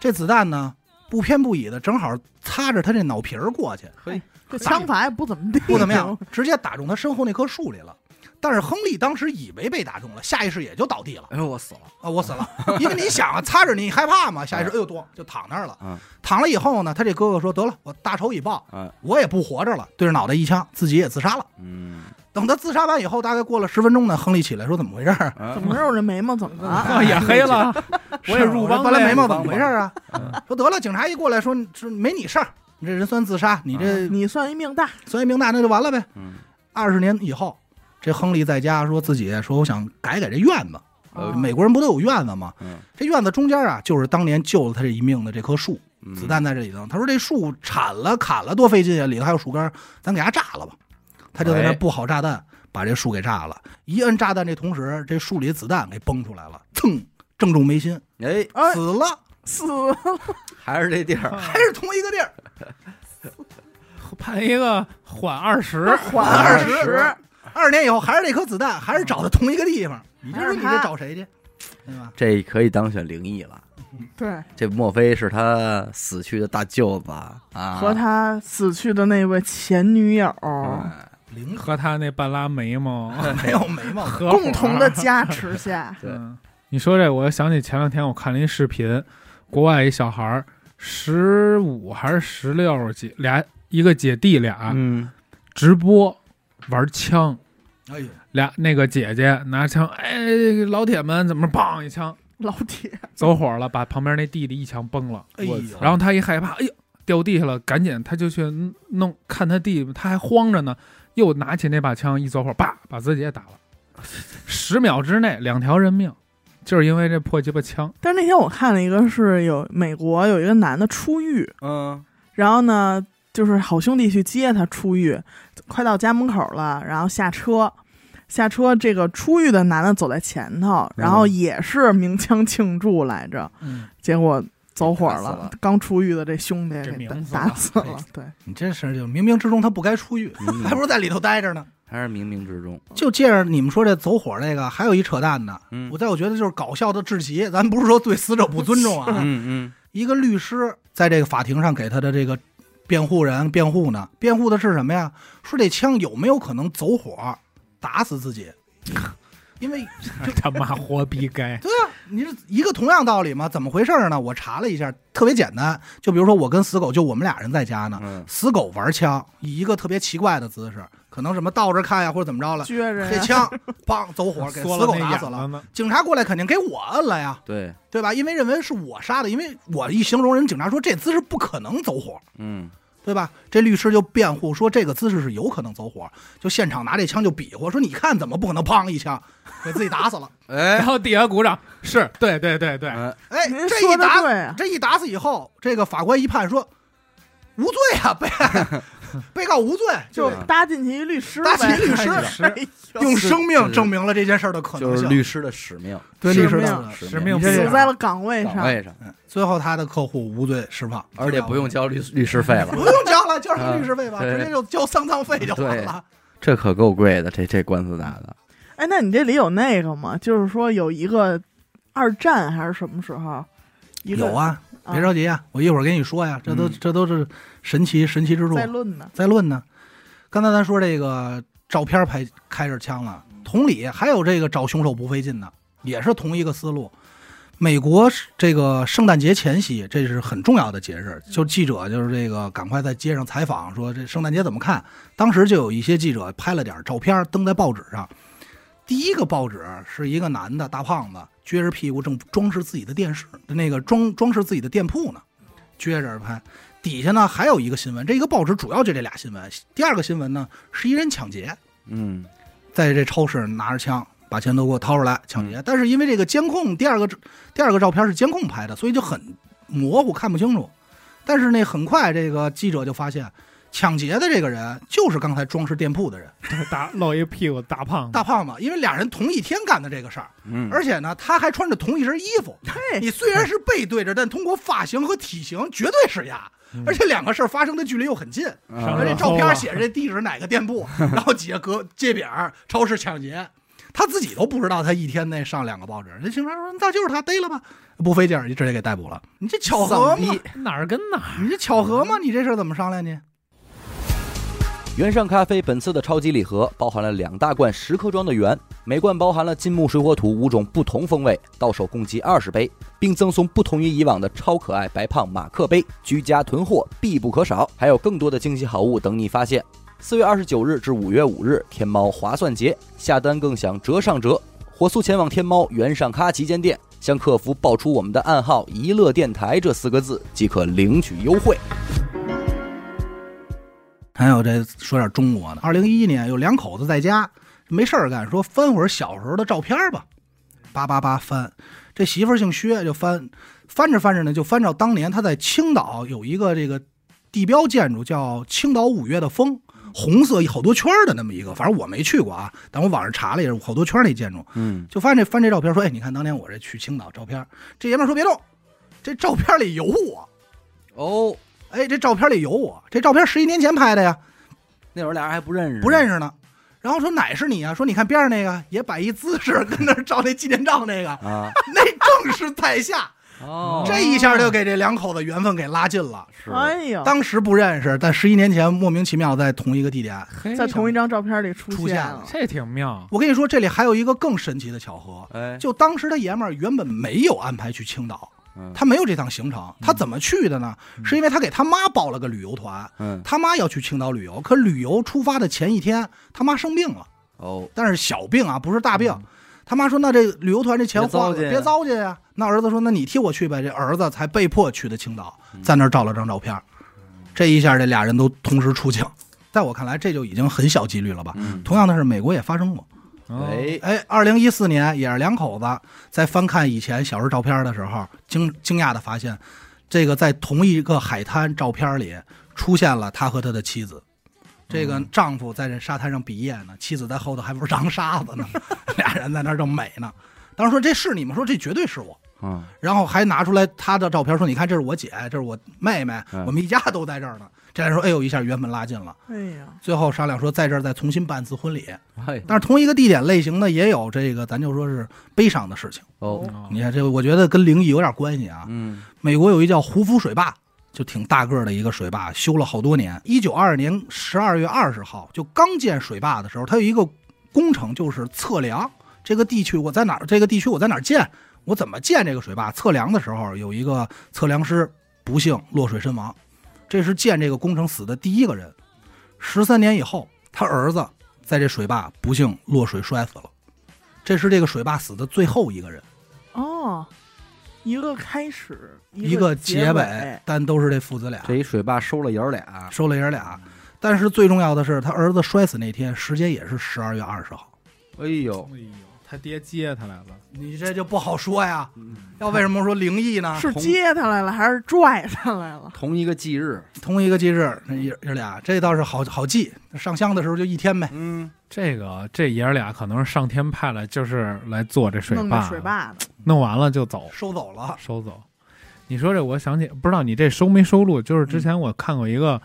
这子弹呢，不偏不倚的，正好擦着他这脑皮儿过去，这枪法也不怎么地，哎不怎么样，直接打中他身后那棵树里了。但是亨利当时以为被打中了，下意识也就倒地了。哎呦，我死了，啊，我死了，因为你想啊， [laughs] 擦着你，你害怕嘛，下意识，哎呦，多就躺那儿了。嗯躺了以后呢，他这哥哥说，得了，我大仇已报，嗯我也不活着了，对着脑袋一枪，自己也自杀了。嗯，等他自杀完以后，大概过了十分钟呢，亨利起来说，怎么回事儿 [laughs] 啊？啊 [laughs] 怎么着？我这眉毛怎么了？啊，也黑了，我也入帮本来了眉毛入怎帮么吧回事 [laughs] 儿啊？嗯说得了，警察一过来说，说没你事儿，你这人算自杀，你这你算一命大，算一命大，那就完了呗。嗯，二十年以后，这亨利在家说自己说我想改改这院子，呃啊美国人不都有院子吗？嗯这院子中间啊，就是当年救了他这一命的这棵树。嗯子弹在这里头。他说这树铲了砍了多费劲啊，里头还有树干儿，咱给它炸了吧。他就在那哎儿布好炸弹，把这树给炸了。一摁炸弹，这同时这树里的子弹给崩出来了，噌，正中眉心，哎，哎，死了，死还是这地儿，还是同一个地儿，判一个缓二十，缓二十，十二十年以后还是那颗子弹，还是找的同一个地方。你这说你还是这他找谁去？对吧？这可以当选灵异了。对，这莫非是他死去的大舅子啊？和他死去的那位前女友嗯，零和他那半拉眉毛没有眉毛，合 [laughs] 伙共同的加持下对嗯，你说这，我又想起前两天我看了一视频，国外一小孩儿十五还是十六姐俩一个姐弟俩嗯，直播玩枪，哎呦，俩那个姐姐拿枪，哎，老铁们怎么砰一枪老铁，走火了，把旁边那弟弟一枪崩了，哎我呦操，然后他一害怕，哎呦掉地下了，赶紧他就去弄看他弟，他还慌着呢，又拿起那把枪一走火，叭把自己也打了，十秒之内两条人命，就是因为这破鸡巴枪。但是那天我看了一个是有美国有一个男的出狱，嗯，然后呢，就是好兄弟去接他出狱，快到家门口了，然后下车，下车这个出狱的男的走在前头，然后也是鸣枪庆祝来着，嗯，结果走火打死了刚出狱的这兄弟这给名字打啊打死了，对，嗯 [laughs] 你这事儿就冥冥之中他不该出狱，还不如在里头待着呢。还是冥冥之中，就借着你们说这走火这个，还有一扯淡的，嗯我在我觉得就是搞笑的至极。咱不是说对死者不尊重啊，嗯一个律师在这个法庭上给他的这个辩护人辩护呢，辩护的是什么呀？说这枪有没有可能走火打死自己？因为哎他妈活逼该，对啊，你是一个同样道理嘛？怎么回事呢？我查了一下，特别简单。就比如说我跟死狗，就我们俩人在家呢，嗯，死狗玩枪，以一个特别奇怪的姿势，可能什么倒着看呀，或者怎么着了，撅着这呀枪梆走火给死缩狗那打死眼了。呢。警察过来肯定给我摁了呀，对，对吧？因为认为是我杀的，因为我一形容人，警察说这姿势不可能走火，嗯对吧？这律师就辩护说这个姿势是有可能走火，就现场拿这枪就比划说你看怎么不可能砰一枪给自己打死了？然哎，后底下鼓掌，是对对对对，嗯哎，您这一说的打对啊，这一打死以后，这个法官一判说无罪啊，被被告无罪，就就对搭进去一律师搭起呗。律哎师呀 [laughs] 哎呦用是生命是证明了这件事儿的可就能是性。律师的使命，对使律师命的使使命你这死也在了岗位岗上，位上，嗯最后他的客户无罪释放，而且不用交，交律律师费 [laughs] 了，不用交了，交什么律师费吧，嗯对直接就交丧葬费就完了。这可够贵的，这这官司打的，哎，那你这里有那个吗？就是说有一个二战还是什么时候？一个有，啊，啊别着急啊，我一会儿跟你说呀，这都嗯这都是神奇神奇之处在，论 [laughs] 呢。在论呢。刚才咱说这个照片拍开着枪了，同理还有这个找凶手不费劲的，也是同一个思路。美国是这个圣诞节前夕，这是很重要的节日，就记者就是这个赶快在街上采访，说这圣诞节怎么看？当时就有一些记者拍了点照片登在报纸上。第一个报纸是一个男的大胖子撅着屁股正装饰自己的电视，那个装装饰自己的店铺呢，撅着拍。底下呢还有一个新闻，这一个报纸主要就这俩新闻。第二个新闻呢是一人抢劫，嗯在这超市拿着枪把钱都给我掏出来抢劫。但是因为这个监控，第二个第二个照片是监控拍的，所以就很模糊看不清楚。但是那很快这个记者就发现，抢劫的这个人就是刚才装饰店铺的人，打露一屁股大胖子，大胖子。因为俩人同一天干的这个事儿，嗯，而且呢他还穿着同一身衣服。嘿，你虽然是背对着，但通过发型和体型绝对是呀。而且两个事儿发生的距离又很近，啊而且照片写着这地址哪个店铺，然后几个隔街饼儿超市抢劫，他自己都不知道他一天内上两个报纸。这警察说那就是他逮了吧，不费劲儿就直接给逮捕了。你这巧合丧吗逼？。哪儿跟哪儿？你这巧合吗？你这事儿怎么商量呢？原上咖啡本次的超级礼盒包含了两大罐十克装的原，每罐包含了金木水火土五种不同风味，到手共计二十杯，并赠送不同于以往的超可爱白胖马克杯，居家囤货必不可少。还有更多的惊喜好物等你发现。四月二十九日至五月五日，天猫划算节下单更享折上折，火速前往天猫原上咖旗舰店，向客服报出我们的暗号“一乐电台”这四个字，即可领取优惠。还有这说点中国的，二零一一年有两口子在家没事儿干，说翻会儿小时候的照片吧，叭叭叭翻。这媳妇儿姓薛，就翻，翻着翻着呢，就翻着当年她在青岛有一个这个地标建筑叫青岛五月的风，红色好多圈儿的那么一个，反正我没去过啊，但我网上查了一下，好多圈儿那建筑，嗯，就发现这翻这照片，说，哎，你看当年我这去青岛照片，这爷们儿说别动，这照片里有我，哦，哎，这照片里有我，这照片十一年前拍的呀。那会儿俩人还不认识呢，不认识呢。然后说哪是你啊？说你看边上那个也摆一姿势，跟那儿照那纪念照那个，啊。那正是在下。哦这一下就给这两口子缘分给拉近了。是哎呦，当时不认识，但十一年前莫名其妙在同一个地点。嘿在同一张照片里出出现现了了，这挺妙，我跟你说，这里还有一个更神奇的巧合，哎，就当时他爷们儿原本没有安排去青岛，嗯他没有这趟行程，他怎么去的呢？是因为他给他妈报了个旅游团，嗯他妈要去青岛旅游，可旅游出发的前一天，他妈生病了。哦，但是小病啊，不是大病。他妈说：“那这旅游团这钱花了，嗯别糟践呀别糟践呀。”那儿子说：“那你替我去呗。”这儿子才被迫去的青岛，嗯在那儿照了张照片。这一下，这俩人都同时出境。在我看来，这就已经很小几率了吧？嗯同样的是，美国也发生过。哦哎，哎，二零一四年也是两口子在翻看以前小时候照片的时候，惊惊讶的发现，这个在同一个海滩照片里出现了他和他的妻子。这个丈夫在这沙滩上比耶呢，妻子在 [laughs] 后头还不是扬沙子呢，俩人在那儿正美呢。当时说这是你们说这绝对是我，嗯，然后还拿出来他的照片说：“你看，这是我姐，这是我妹妹嗯，我们一家都在这儿呢。”这人说：“哎呦，一下原本拉近了。哎呀”，最后商量说，在这儿再重新办次婚礼。哎，但是同一个地点类型呢，也有这个咱就说是悲伤的事情。哦，嗯你看，这我觉得跟灵异有点关系啊。嗯，美国有一叫胡夫水坝，就挺大个儿的一个水坝，修了好多年。一九二二年十二月二十号，就刚建水坝的时候，它有一个工程，就是测量这个地区我在哪儿，这个地区我在哪儿建，我怎么建这个水坝。测量的时候，有一个测量师不幸落水身亡，这是建这个工程死的第一个人。十三年以后，他儿子在这水坝不幸落水摔死了，这是这个水坝死的最后一个人。哦，一个开始，一个个结结尾，但都是这父子俩这一水坝收了爷儿俩，收了爷俩。但是最重要的是，他儿子摔死那天时间也是十二月二十号。哎呦，哎呦，他爹接他来了，你这就不好说呀，嗯要为什么说灵异呢？是同接他来了还是拽他来了？同一个忌日，同一个忌日，那爷爷俩，这倒是好好记。上香的时候就一天呗。嗯，这个这爷儿俩可能是上天派来，就是来做这水弄个坝，水坝的，弄完了就走，收走了，收走。你说这，我想起不知道你这收没收录，就是之前我看过一个，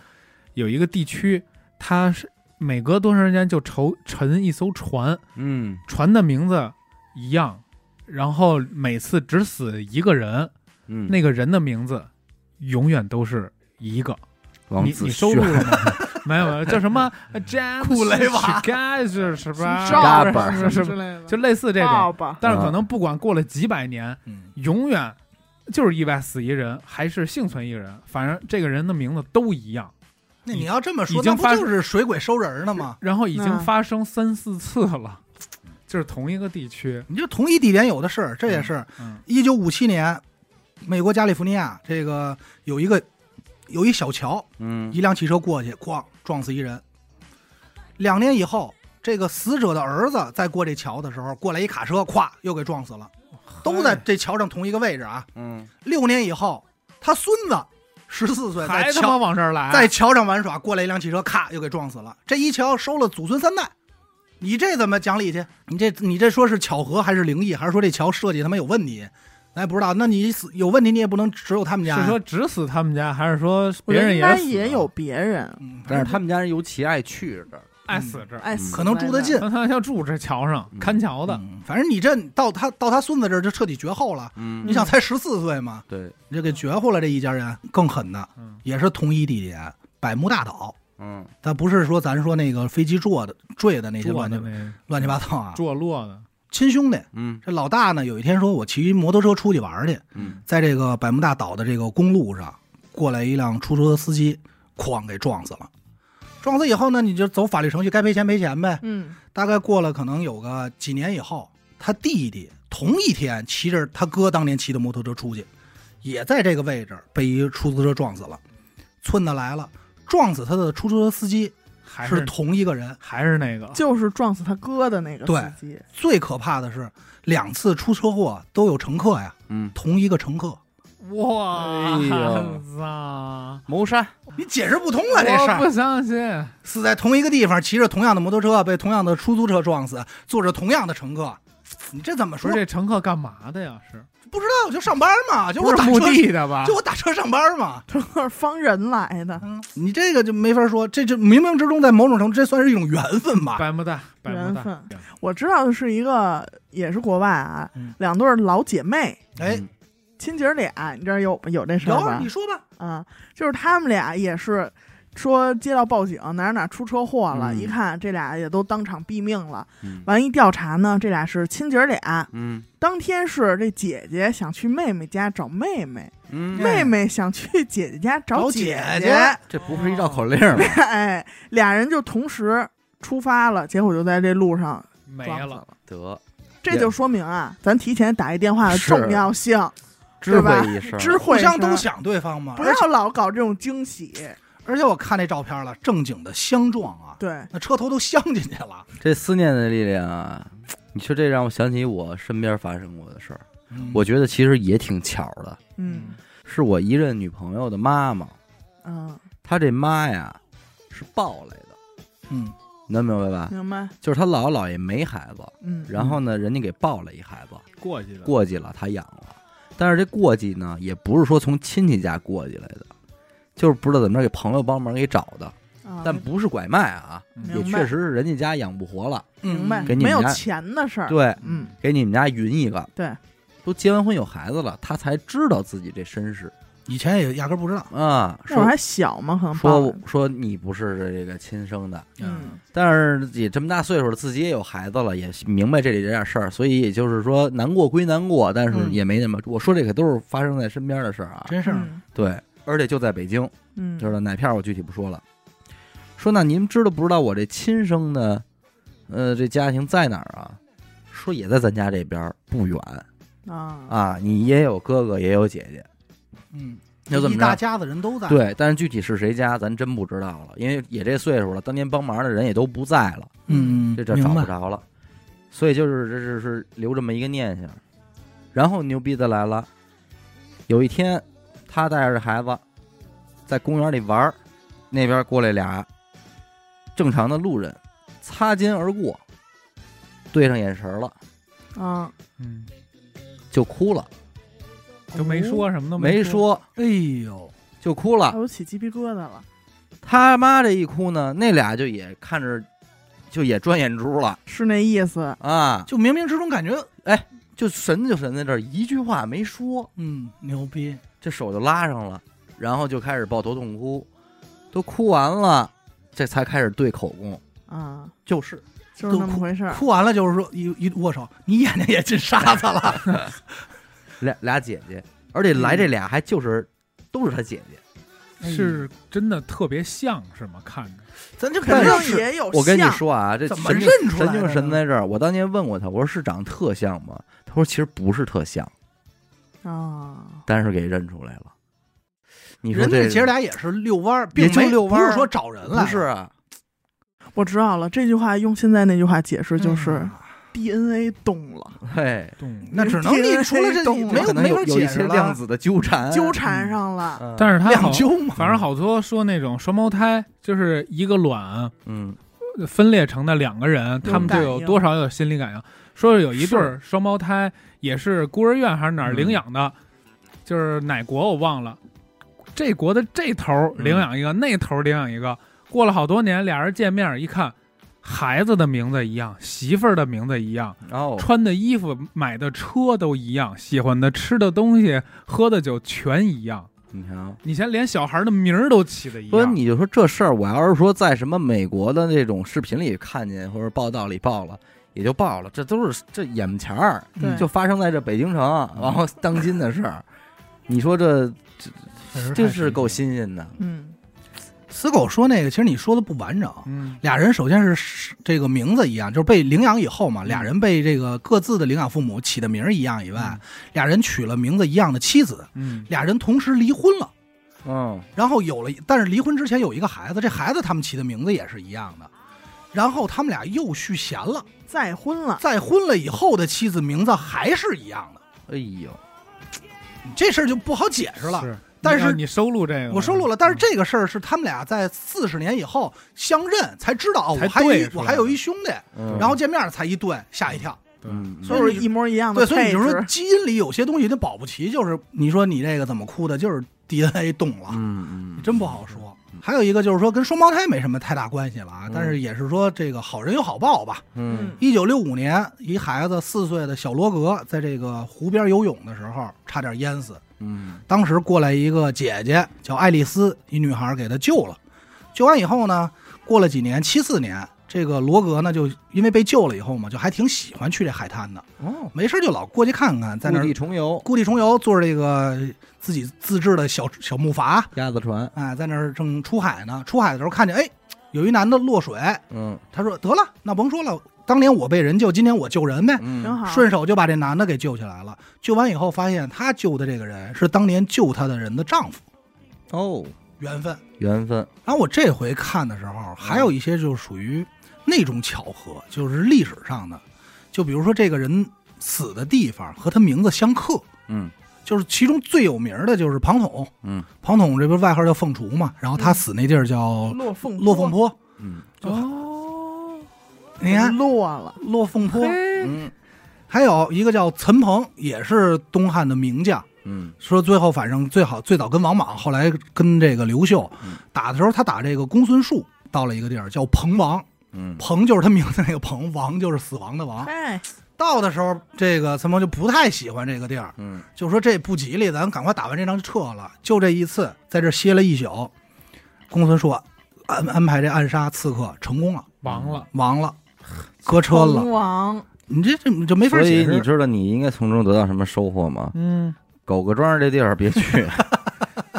有一个地区，它是每隔多长时间就沉沉一艘船，嗯，船的名字一样，然后每次只死一个人，嗯，那个人的名字永远都是一个。王你子你收录了吗？ [laughs] 没有没有，叫 [laughs] 什么詹姆库斯雷瓦盖是是吧？什么是嘎巴是是之是类的，就类似这抱种，吧，但是可能不管过了几百年，嗯，永远就是意外死一人，还是幸存一人，反正这个人的名字都一样。那你要这么已说，经那不发就是水鬼收人呢吗？然后已经嗯发生三四次了，就是同一个地区。你就同一地点有的是，这也是嗯一九五七年，美国加利福尼亚这个有一个有一小桥，嗯一辆汽车过去，哐撞死一人。两年以后，这个死者的儿子在过这桥的时候，过来一卡车，咵又给撞死了，都哎在这桥上同一个位置啊。嗯，六年以后，他孙子十四岁在还他妈桥往这儿来，啊在桥上玩耍，过来一辆汽车，咔又给撞死了。这一桥收了祖孙三代，你这怎么讲理去？你这你这说是巧合还是灵异，还是说这桥设计他妈有问题？咱也不知道。那你死有问题，你也不能只有他们家呀。是说只死他们家，还是说我别觉得人应该死也了有别人嗯，但是他们家人尤其爱去这儿，爱死这儿？爱嗯死，可能住得近。那他要住这桥上嗯看桥的，嗯反正你这到他到他孙子这儿就彻底绝后了。嗯你想才十四岁嘛，对，你这给绝户了这一家人，更狠的嗯，也是同一地点，百慕大岛。嗯，它不是说咱说那个飞机坠的坠的那些坐乱七的那嗯乱七八糟啊，坐落的，亲兄弟。嗯，这老大呢，有一天说我骑摩托车出去玩去，嗯，在这个百慕大岛的这个公路上，过来一辆出租车司机，哐给撞死了。撞死以后呢，你就走法律程序，该赔钱赔钱呗。嗯，大概过了可能有个几年以后，他弟弟同一天骑着他哥当年骑的摩托车出去，也在这个位置被一出租车撞死了。村子来了，撞死他的出租车司机还是是同一个人。还是那个就是撞死他哥的那啊个对司机， [laughs] 最可怕的是，两次出车祸都有乘客呀，嗯，同一个乘客，哇哎呦操！谋杀，你解释不通啊！这事我儿不相信，死在同一个地方，骑着同样的摩托车，被同样的出租车撞死，坐着同样的乘客，你这怎么不说？是这乘客干嘛的呀？是不知道，就上班嘛，就不我是打墓车，地的吧就？我打车上班嘛。这是方人来的，嗯，你这个就没法说，这就冥冥之中，在某种程度，这算是一种缘分吧。百慕大，百慕缘大分，我知道的是一个也是国外啊，嗯两对儿老姐妹哎，嗯，亲姐儿俩，你这儿有有这事儿然吧后你？说吧，啊，就是他们俩也是说接到报警哪儿哪儿出车祸了，嗯一看这俩也都当场毙命了。嗯完一调查呢，这俩是亲姐儿俩，嗯当天是这姐姐想去妹妹家找妹妹，嗯，妹妹想去姐姐家找姐姐姐姐，这不是一绕口令 [laughs] 吗？哎，俩人就同时出发了，结果就在这路上没撞死了。。哦得这就说明啊，咱提前打一电话的是重要性，智对吧慧一事儿，知互会相都是想对方嘛。不而且要老搞这种惊喜。而且我看那照片了，正经的相撞啊，对，那车头都镶进去了。这思念的力量啊，你说这让我想起我身边发生过的事儿，嗯我觉得其实也挺巧的，嗯是我一任女朋友的妈妈，嗯，她这妈呀是抱来的，嗯你能明白吧？明白。就是她姥姥姥爷没孩子，嗯，然后呢，人家给抱了一孩子，嗯过去的过继了，她养了。但是这过继呢，也不是说从亲戚家过继来的，就是不知道怎么着给朋友帮忙给找的，啊但不是拐卖啊，嗯也明白确实是人家家养不活了，嗯明白，给你没有们家钱的事儿。，对，嗯，给你们家匀一个。对，都结完婚有孩子了，他才知道自己这身世以前也压根儿不知道。啊。那会说儿还小嘛，可能抱说着说你不是这个亲生的，嗯，但是也这么大岁数了，自己也有孩子了，也明白这里这点事儿，所以也就是说难过归难过，但是嗯也没那么。我说这可都是发生在身边的事儿啊，真是儿嗯对，而且就在北京，嗯，知道哪片儿我具体不说了。说那您知道不知道我这亲生的，呃，这家庭在哪儿啊？说也在咱家这边儿不远啊啊，你也有哥哥也有姐姐，嗯，要怎一么大着？家子人都在。，对，但是具体是谁家咱真不知道了，因为也这岁数了，当年帮忙的人也都不在了。嗯，这这明找不白。着了，所以就是这是是留这么一个念想。然后牛逼的来了，有一天他带着孩子在公园里玩儿，那边过来俩正常的路人，擦肩而过，对上眼神儿了啊，嗯，就哭了，就没说什么都没说，说哎呦，就哭哎了。我起鸡皮疙瘩了。他妈这一哭呢，那俩就也看着就也转眼珠了是那意思，啊，就冥冥之中感觉，就神就神在这儿，一句话没说。嗯，牛逼。这手就拉上了，然后就开始抱头痛哭，都哭完了，这才开始对口供，啊，就是就是那么回事儿。哭完了就是说一一握手，你眼睛也进沙子 [laughs] 了。俩俩姐姐，而且来嗯这俩还就是、都是他姐姐。是真的特别像是吗？看着咱这肯肯定但定是也有我跟你像，说啊，这怎么神经认出来神的经呢神在这儿。我当年问过他，我说是长得特像吗？他说其实不是特像，啊，但是给认出来了。你说人这家姐儿俩也是遛弯儿，并也就没遛弯儿不是说找人来，不是啊？我知道了。这句话用现在那句话解释就是嗯 DNA 动了，嘿，动，那只能你除了这动了没可有能没有法有一解些释量了。子的纠缠，纠缠上了。嗯。但是他好两，揪嘛，反正好多说那种双胞胎，就是一个卵嗯，分裂成的两个人，他们就有多少有心理感应。说是有一对儿双胞胎，也是孤儿院还是哪儿嗯领养的，就是哪国我忘了。这国的这头儿领养一嗯个，那头儿领养一个。过了好多年，俩人见面一看，孩子的名字一样，媳妇儿的名字一样，然后穿的衣服、买的车都一样，喜欢的吃的东西、喝的酒全一样。你瞧，你先连小孩的名儿都起的一不是，样，你就说这事儿，我要是说在什么美国的那种视频里看见或者报道里报了，也就报了，这都是这眼前儿对嗯就发生在这北京城，然后当今的事儿。你说这真是够心。新鲜的，嗯，死狗说那个，其实你说的不完整。嗯，俩人首先是这个名字一样，就是被领养以后嘛，俩人被这个各自的领养父母起的名儿一样以外，俩人娶了名字一样的妻子，嗯，俩人同时离婚了，嗯，然后有了，但是离婚之前有一个孩子，这孩子他们起的名字也是一样的，然后他们俩又续弦了，再婚了，再婚了以后的妻子名字还是一样的，哎呦，这事儿就不好解释了。是，但是你收录这个，我收录了，但是这个事儿是他们俩在四十年以后相认才知道，哦，我才还有对一出我来还有的一兄弟，嗯然后见面儿才一对，吓一跳。嗯，嗯，都所以是你一模一样对，的所以配你就说置。嗯基因里有些东西它保不齐，就是你说你这个怎么哭的，就是 DNA 动了，嗯嗯，真不好说。还有一个就是说跟双胞胎没什么太大关系了啊，嗯但是也是说这个好人有好报吧。嗯一九六五年，一孩子四岁的小罗格在这个湖边游泳的时候差点淹死，嗯当时过来一个姐姐叫爱丽丝，一女孩给他救了。救完以后呢，过了几年，七四年，这个罗格呢就因为被救了以后嘛，就还挺喜欢去这海滩的，哦，没事就老过去看看，在那故儿地重游，故地重游，坐着这个自己自制的小小木筏，鸭子船，哎，在那儿正出海呢。出海的时候看见，哎，有一男的落水，嗯他说得了，那甭说了，当年我被人救，今天我救人呗，挺嗯，好，顺手就把这男的给救起来了。救完以后，发现他救的这个人是当年救他的人的丈夫，哦，缘分。缘分，然后我这回看的时候，还嗯有一些就是属于那种巧合，就是历史上的，就比如说这个人死的地方和他名字相克，嗯就是其中最有名的就是庞统，嗯庞统这不是外号叫凤雏嘛，然后他嗯死那地儿叫落凤落凤坡。嗯哦，你看落了，落凤坡，嘿嗯，还有一个叫岑彭，也是东汉的名将。嗯说最后反正最好最早跟王莽，后来跟这个刘秀嗯打的时候，他打这个公孙述，到了一个地儿叫彭王，嗯彭就是他名字那个彭， [laughs] 王就是死亡的王。哎，到的时候，这个岑彭就不太喜欢这个地儿，嗯就说这不吉利，咱赶快打完这仗就撤了。就这一次，在这歇了一宿，公孙述安安排这暗杀刺客成功了，亡嗯了，亡了，搁车了。成王你这这这没法所解以你释。知道你应该从中得到什么收获吗？嗯，狗个庄这地儿别去，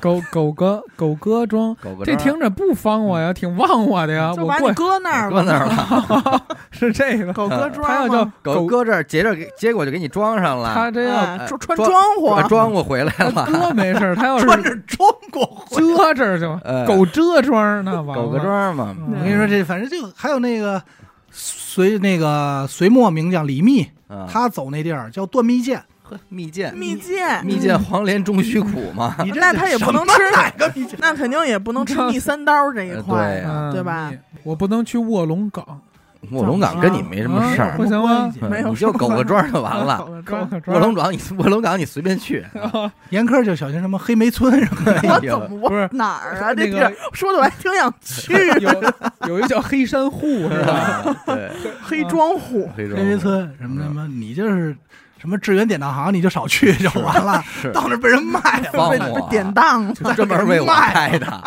狗狗哥狗哥庄，狗个这庄听着不帮我嗯呀，挺忘我的呀，就啊我把过你搁那儿哎搁吧，那儿了，是这个，狗搁他要庄叫吗狗狗，搁这儿，结着给结果就给你装上了他，这要啊哎哎穿穿装庄啊户，装过回来他 [laughs] 了，搁没事儿，他要 [laughs] 是 [laughs] 穿着中国徽，遮这儿就哎狗遮庄那完了狗个庄嘛，嗯我跟你说，这反正就还有那个隋那个隋末名将李密，嗯啊他走那地儿叫断密 [laughs] 涧，蜜饯，蜜饯，蜜饯黄连终须苦嘛， [laughs] 你这那他也不能什么吃哪个密饯？那肯定也不能吃蜜三刀这一呃块对。嗯对吧？我不能去卧龙岗，卧龙岗跟你没什么事啊儿不，行吗？嗯没有你就狗个庄就 [laughs] 完了。狗狗庄个卧庄龙岗，你卧龙岗你随便去，严苛就小心什么黑煤村什么的。哎我呦怎么我不是哪儿啊？这那地个儿说的我还挺想 [laughs] 去 [laughs] 有有一叫黑山户是吧？啊对，黑庄户，黑黑煤村什么什么，你就是什么致远典当行，你就少去就完了。嗯是到那儿被人卖 [laughs] 放 [laughs] 了，被我啊被典当了，专门为我开的，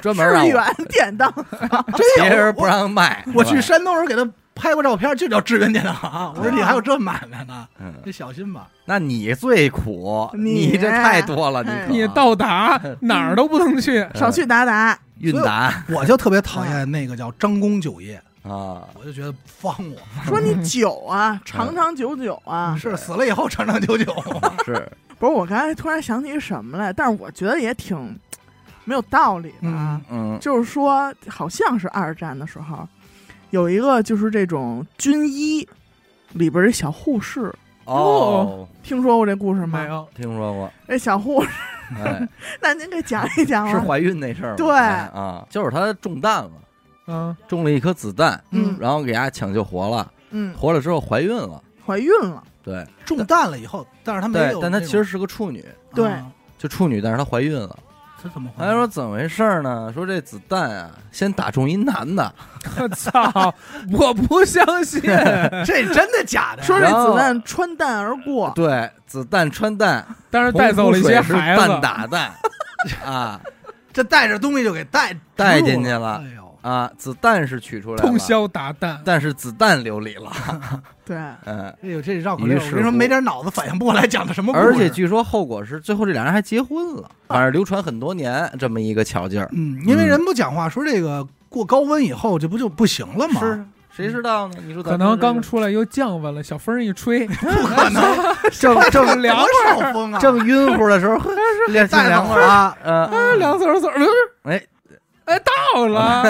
专门让志我嗯远典当，别真有人不让卖。我去是吧山东时候给他拍过照片，就叫致远典当行。我说啊你还有这买卖呢，嗯，这小心吧。那你最苦，你你这太多了，你哎可你到 [laughs] 达哪儿都不能去，少去打打。韵达我就特别讨厌那个叫张公九爷，啊，我就觉得方我。说你久嗯啊，长长久久啊。是死了以后长长久啊久。是不是，我刚才突然想起什么来，但是我觉得也挺没有道理的啊。 [laughs] 嗯就是说，好像是二战的时候，有一个就是这种军医里边儿的小护士，哦，听说过这故事没吗？有。听说过，这小护士，哎，那您给讲一讲是啊。怀孕那事儿吗，对哎啊，就是他中弹了，嗯，中了一颗子弹，嗯然后给他抢救活了，嗯，活了之后怀孕了，怀孕了，对中弹了以后，但是他没对有，，但她其实是个处女，对啊就处女，但是她怀孕了。这怎么回他事？说怎么回事儿呢？说这子弹啊，先打中一男的， [laughs] 我操！我不相 [laughs] 信，这真的假的？说这然后子弹穿弹而过，对，子弹穿弹，但是带走了一些洪湖水孩是子蛋。打蛋啊这带着东西就给带带进去了哎呦，啊！子弹是取出来了通，宵达旦，但是子弹流里了，对，嗯。哎呦，这绕口令，于我是乎跟你说，没点脑子反应不过来讲的什么故事。而且据说后果是，最后这俩人还结婚了，反正流传很多年这么一个巧劲儿，嗯，因为人不讲话，说这个过高温以后，这不就不行了吗？是啊谁知道呢？你说可咱们能这刚个出来又降温了，小风一吹，不可能， [laughs] 正这正凉多快少风啊！正晕乎的时候， [laughs] 凉带凉走快儿， [laughs] 了，嗯，啊，凉飕飕，哎 [laughs] 哎，到了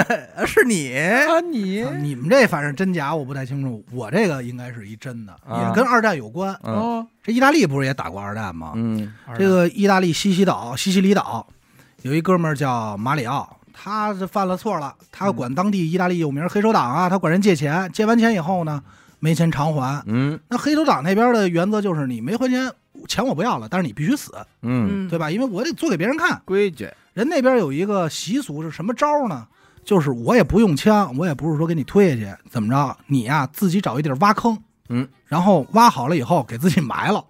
是你啊，你啊你们这反正真假我不太清楚，我这个应该是一真的，啊也跟二战有关。嗯哦，这意大利不是也打过二战吗？嗯这个意大利西西岛、西西里岛有一哥们儿叫马里奥，他是犯了错了，他嗯管当地意大利有名黑手党啊，他管人借钱，借完钱以后呢，没钱偿还。嗯那黑手党那边的原则就是你没还钱，钱我不要了，但是你必须死，嗯，嗯，对吧？因为我得做给别人看。规矩，人那边有一个习俗是什么招儿呢？就是我也不用枪，我也不是说给你推下去，怎么着？你呀、自己找一地儿挖坑，嗯，然后挖好了以后给自己埋了。嗯哎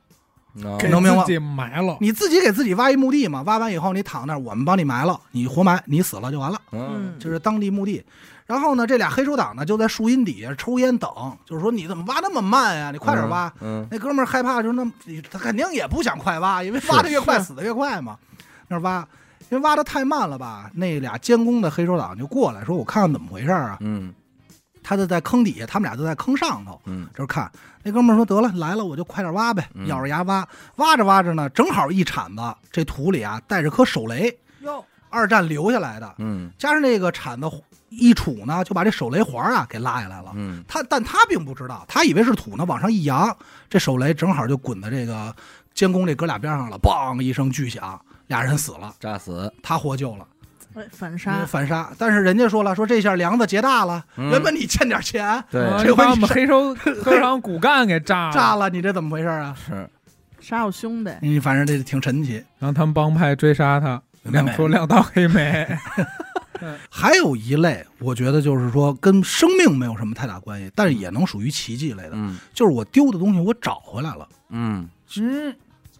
给能明白自己埋了，你自己给自己挖一墓地嘛，挖完以后你躺那儿，我们帮你埋了，你活埋，你死了就完了，嗯嗯，就是当地墓地。然后呢，这俩黑手党呢就在树荫底下抽烟等，就是说你怎么挖那么慢呀、你快点挖。，嗯那哥们儿害怕，就是那么他肯定也不想快挖，因为挖的越快死的越快嘛。那儿挖，因为挖的太慢了吧？那俩监工的黑手党就过来说：“我看看怎么回事儿啊嗯！”他就在坑底下，他们俩就在坑上头。嗯就是看那哥们儿说得了，来了我就快点挖呗，嗯咬着牙挖，挖着挖着呢，正好一铲子，这土里啊带着颗手雷，哟，二战留下来的，嗯加上那个铲子一杵呢，就把这手雷环啊给拉下来了。嗯他但他并不知道，他以为是土呢，往上一扬，这手雷正好就滚到这个监工这哥俩边上了，梆一声巨响，俩人死了，炸死，他获救了。哎反杀，反杀。但是人家说了，说这下梁子结大了，嗯原本你欠点钱对啊这就把回我们你黑手黑手党骨干给炸了，炸了，你这怎么回事啊？是杀我兄弟，你反正这挺神奇。然后他们帮派追杀他，没有两头两道黑莓，还有一类，我觉得就是说跟生命没有什么太大关系，但是也能属于奇迹类的，嗯就是我丢的东西我找回来了，嗯，嗯，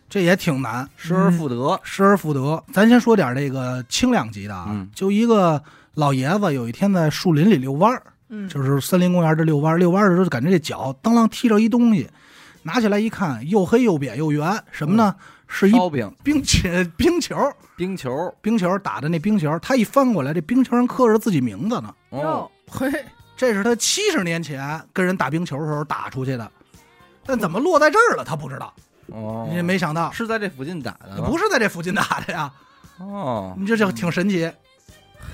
这也挺难，失而复得，失而复得。咱先说点这个轻量级的啊，嗯就一个老爷子有一天在树林里遛弯儿，嗯，就是森林公园这遛弯儿，遛弯儿的时候就感觉这脚当啷踢着一东西，拿起来一看，又黑又扁又圆，什么呢？是一嗯烧饼、冰淇 [laughs] 冰球，冰球，冰球打的那冰球，他一翻过来，这冰球上刻着自己名字呢。哦，嘿，这是他七十年前跟人打冰球的时候打出去的，但怎么落在这儿了，他不知道，哦，也没想到，是在这附近打的吗，不是在这附近打的呀，哦，你这就挺神奇。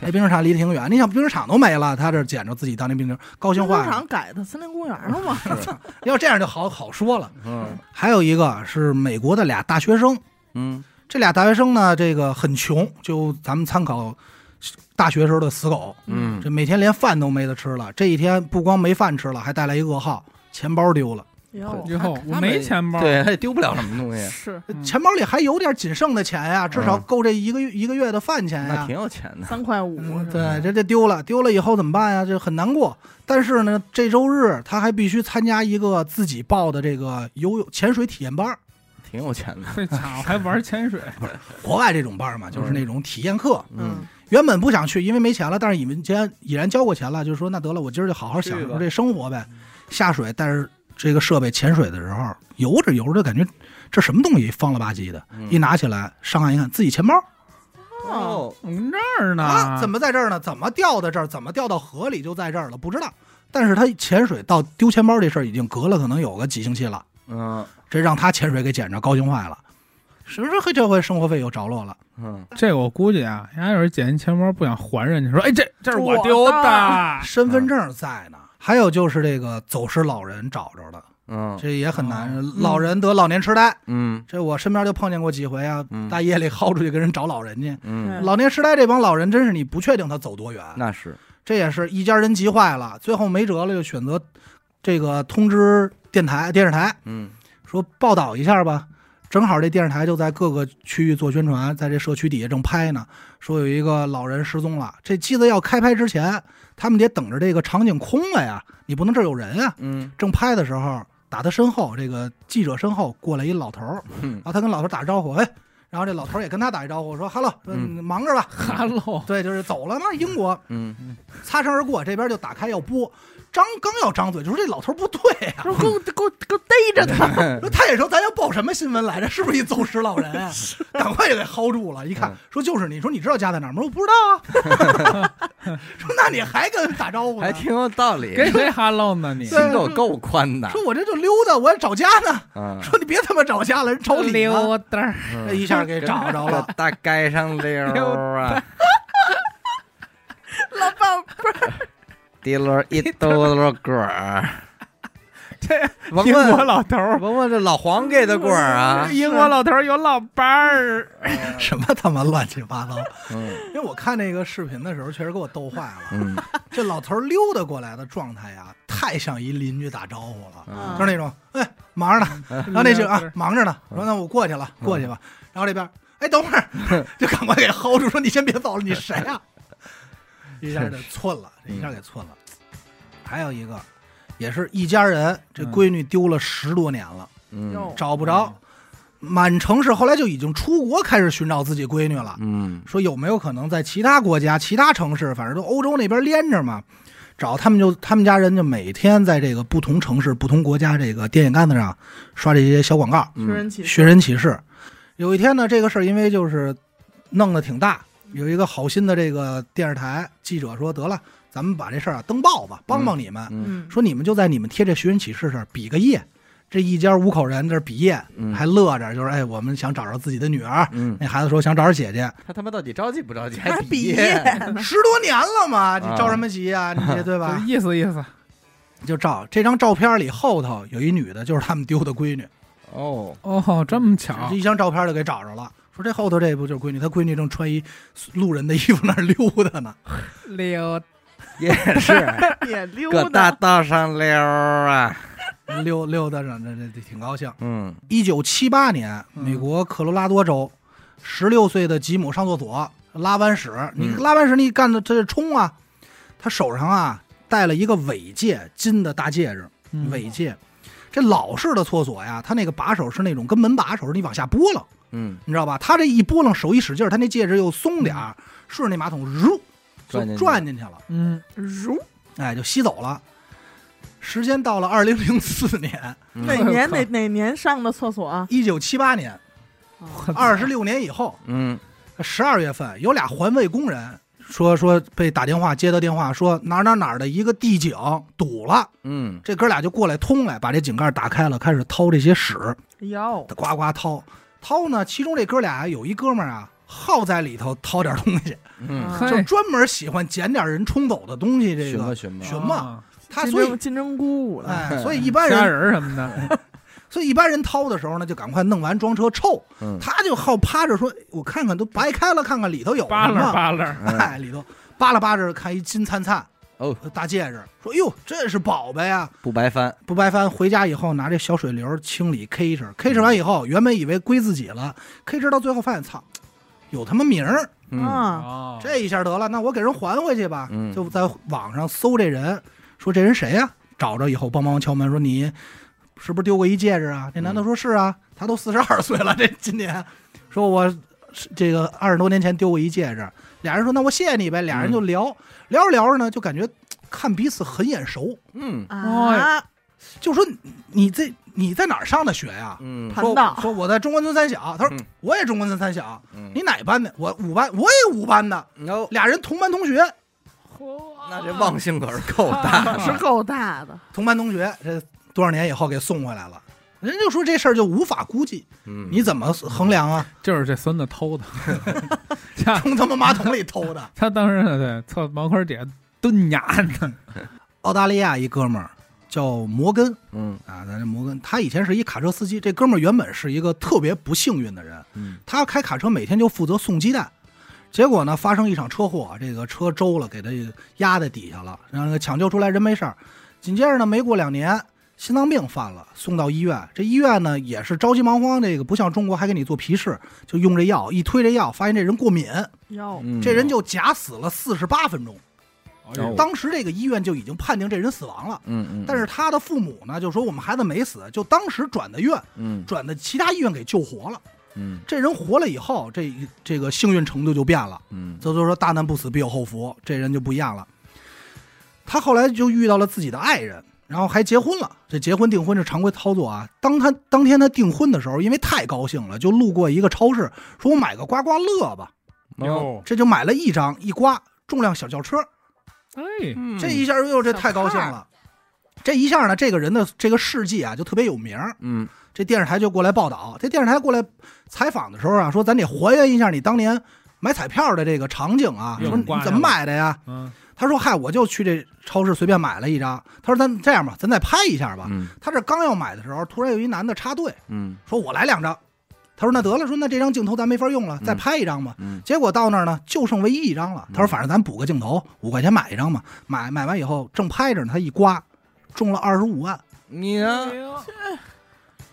哎，冰球场离挺远，你想冰球场都没了，他这捡着自己当年冰球，高兴冰坏球了。场改的森林公园了吗？ [laughs] [laughs] 是，要这样就好好说了。嗯还有一个是美国的俩大学生，嗯这俩大学生呢，这个很穷，就咱们参考大学时候的死狗，嗯，这每天连饭都没得吃了。这一天不光没饭吃了，还带来一噩耗，钱包丢了。哟以后他我们没钱包， [laughs] 对，他也丢不了什么东 [laughs] 西，是嗯钱包里还有点仅剩的钱呀，至少够这一个月、一个月的饭钱那哎呀挺。有钱的，三块五嗯，是吧啊对，这这丢了，丢了以后怎么办呀？这很难过。但是呢，这周日他还必须参加一个自己报的这个游泳潜水体验班儿，挺有钱的，这家伙还玩潜水，国外这种班儿嘛，就是那种体验课。嗯嗯，原本不想去，因为没钱了，但是你们既然已然交过钱了，就说那得了，我今儿就好好享去嗯受吧这生活呗。下水，但是这个设备潜水的时候，游着游着感觉这什么东西方了吧唧的，嗯一拿起来上岸一看，自己钱包。哦，我们这儿呢，啊，怎么在这儿呢？怎么掉到这儿？怎么掉到河里就在这儿了？不知道。但是他潜水到丢钱包这事儿已经隔了可能有个几星期了，嗯这让他潜水给捡着，高兴坏了。是不是这回生活费有着落了？嗯，这我估计啊，人家要是捡一钱包不想还人家，说哎这这是我丢我的身份证在呢。还有就是这个走失老人找着了，嗯这也很难。哦老人得老年痴呆，嗯这我身边就碰见过几回啊，嗯大夜里薅出去跟人找老人去。嗯，嗯老年痴呆这帮老人真是你不确定他走多远，那是，这也是一家人急坏了，最后没辙了，就选择这个通知电台、电视台嗯说报道一下吧。正好这电视台就在各个区域做宣传，在这社区底下正拍呢，说有一个老人失踪了。这机子要开拍之前，他们得等着这个场景空了呀，你不能这儿有人啊。嗯正拍的时候，打他身后，这个记者身后过来一老头儿，嗯然后他跟老头儿打招呼，哎，然后这老头儿也跟他打一招呼，说 “hello”，说嗯你忙着吧。哈 [laughs] 喽，对，就是走了嘛，英国。嗯擦身而过，这边就打开要播，张刚要张嘴，就说这老头不对呀、说给我给我给我逮着他， [laughs] 说他也说咱要报什么新闻来着？是不是一走失老人啊？赶快就给薅住了。一看嗯说就是你，说你知道家在哪儿吗？我不知道啊。 [laughs] 说那你还跟人打招呼还呢？挺有道理，跟谁哈喽呢你？心够够宽的，说我这就溜达，我找家呢。嗯， [laughs] 说你别他妈找家了，人找你呢。溜达儿，这一下哎给找着了，大街上溜啊，老宝贝儿， [laughs] 提溜一兜兜棍儿， [laughs] 这甭英国问老头儿，甭问这老黄给的棍儿啊，英国老头儿有老伴儿， [laughs] 什么他妈乱七八糟！ [laughs] 嗯因为我看那个视频的时候，确实给我逗坏了。嗯这老头溜达过来的状态呀，太像一邻居打招呼了。啊嗯就是那种，哎，忙着呢，嗯然后那就啊忙着呢，说那我过去了，过去吧。然后这边，哎，等会儿，就赶快给薅住，说你先别走了，你谁啊？一下给寸了，这一下给寸了。还有一个，也是一家人，这嗯闺女丢了十多年了，嗯哟找不着，满城市后来就已经出国开始寻找自己闺女了，嗯说有没有可能在其他国家、其他城市，反正都欧洲那边连着嘛。找他们就他们家人就每天在这个不同城市、不同国家这个电线杆子上刷这些小广告，嗯寻人起寻人启事。有一天呢，这个事儿因为就是弄得挺大，有一个好心的这个电视台记者说：“得了，咱们把这事儿啊登报吧，帮帮你们。嗯嗯，说你们就在你们贴这寻人启事这儿比个耶。这一家五口人在这儿比耶，嗯还乐着，就是哎，我们想找着自己的女儿。嗯， [laughs] 那孩子说想找着姐姐，他他妈到底着急不着急？还比比 [laughs] [laughs] 耶，十多年了嘛，你着什么急啊？你这对就吧？意思意思，就照这张照片里后头有一女的，就是他们丢的闺女，哦，哦，这么巧这，一张照片就给找着了。说这后头这不就是闺女？她闺女正穿一路人的衣服那儿溜达呢。 [laughs] 溜 [laughs] 也是也溜搁大达，道上溜儿啊。溜溜达上，这这这挺高兴。嗯，一九七八年，嗯美国科罗拉多州，十六岁的吉姆上厕所拉完屎，你嗯拉完屎你干的这是冲啊，他手上啊戴了一个尾戒，金的大戒指，嗯嗯尾戒。这老式的厕所呀，它那个把手是那种跟门把手似的，你往下拨楞，嗯，你知道吧？他这一拨楞，手一使劲儿，他那戒指又松点儿，顺着那马桶，入转就进去转进去了。嗯如哎，就吸走了。时间到了二零零四年，哪嗯那 [laughs] 年哪哪年上的厕所啊？一九七八年，二十六年以后，嗯，十二月份有俩环卫工人说说被打电话接到电话说哪儿哪儿哪儿的一个地井堵了，嗯，这哥俩就过来通来，把这井盖打开了，开始掏这些屎，哟，呱呱掏掏呢。其中这哥俩有一哥们儿啊，好在里头掏点东西，嗯，啊就嘿专门喜欢捡点人冲走的东西。这寻吧个寻吧，什么啊他金所以针金针菇舞了， [laughs] 哎，所以一般虾人仁儿什么的，所以一般人掏的时候呢，就赶快弄完装车臭。嗯他就好趴着说：“我看看都白开了，看看里头有扒什拉么。扒拉，嗯哎，里头扒拉扒着看一金灿灿哦，大戒指，说：“哟，这是宝贝呀、不白翻，不白翻，回家以后拿这小水流清理 K 哧，K 哧完以后，原本以为归自己了，K 哧到最后发现，操，有他妈名儿，嗯，啊，哦这一下得了，那我给人还回去吧。嗯就在网上搜这人，说这人谁呀、找着以后帮忙敲门，说你是不是丢过一戒指啊？这男嗯的说是啊，他都四十二岁了，这 [laughs] 今年，说我是这个二十多年前丢过一戒指。俩人说那我谢谢你呗，俩人就嗯聊、聊着聊着呢，就感觉嘖看彼此很眼熟，嗯，啊，就说你你这你在哪儿上的学呀、嗯，盘说道说我在中关村三小，他说、嗯我也中关村三小，嗯你哪班的？我五班，我也五班的，哦，俩人同班同学。那这忘性可是够大的，啊是够大的，同班同学，这多少年以后给送回来了。人家就说这事儿就无法估计，嗯，你怎么衡量啊？就是这孙子偷的， [laughs] 他从他妈马桶里偷的。他当时对厕茅坑底下蹲牙呢，澳大利亚一哥们儿叫摩根嗯啊，咱这摩根，他以前是一卡车司机。这哥们儿原本是一个特别不幸运的人，嗯他开卡车每天就负责送鸡蛋。结果呢，发生一场车祸，这个车周了，给他压在底下了，然后抢救出来人没事儿。紧接着呢，没过两年，心脏病犯了，送到医院。这医院呢也是着急忙慌，这个不像中国还给你做皮试，就用这药，一推这药，发现这人过敏，哟，嗯，这人就假死了四十八分钟。呦当时这个医院就已经判定这人死亡了，嗯嗯，但是他的父母呢就说我们孩子没死，就当时转的院，嗯转的其他医院给救活了。嗯这人活了以后，这这个幸运程度就变了。嗯这就是说大难不死必有后福，这人就不一样了。他后来就遇到了自己的爱人，然后还结婚了。这结婚订婚是常规操作啊。当他当天他订婚的时候，因为太高兴了，就路过一个超市，说我买个刮刮乐吧。哦，哟，这就买了一张一刮，重量小轿车。哎，嗯这一下又这太高兴了。这一下呢，这个人的这个事迹啊，就特别有名儿。嗯这电视台就过来报道，这电视台过来采访的时候啊，说咱得还原一下你当年买彩票的这个场景啊，又说你挂上怎么买的呀？嗯，他说：“嗨，我就去这超市随便买了一张。”他说：“咱这样吧，咱再拍一下吧。嗯他这刚要买的时候，突然有一男的插队，嗯说：“我来两张。”他说：“那得了，说那这张镜头咱没法用了，再拍一张吧。嗯结果到那儿呢，就剩唯一一张了。他说：“反正咱补个镜头，五块钱买一张嘛。买买完以后，正拍着呢，他一刮，中了二十五万。你呢？哎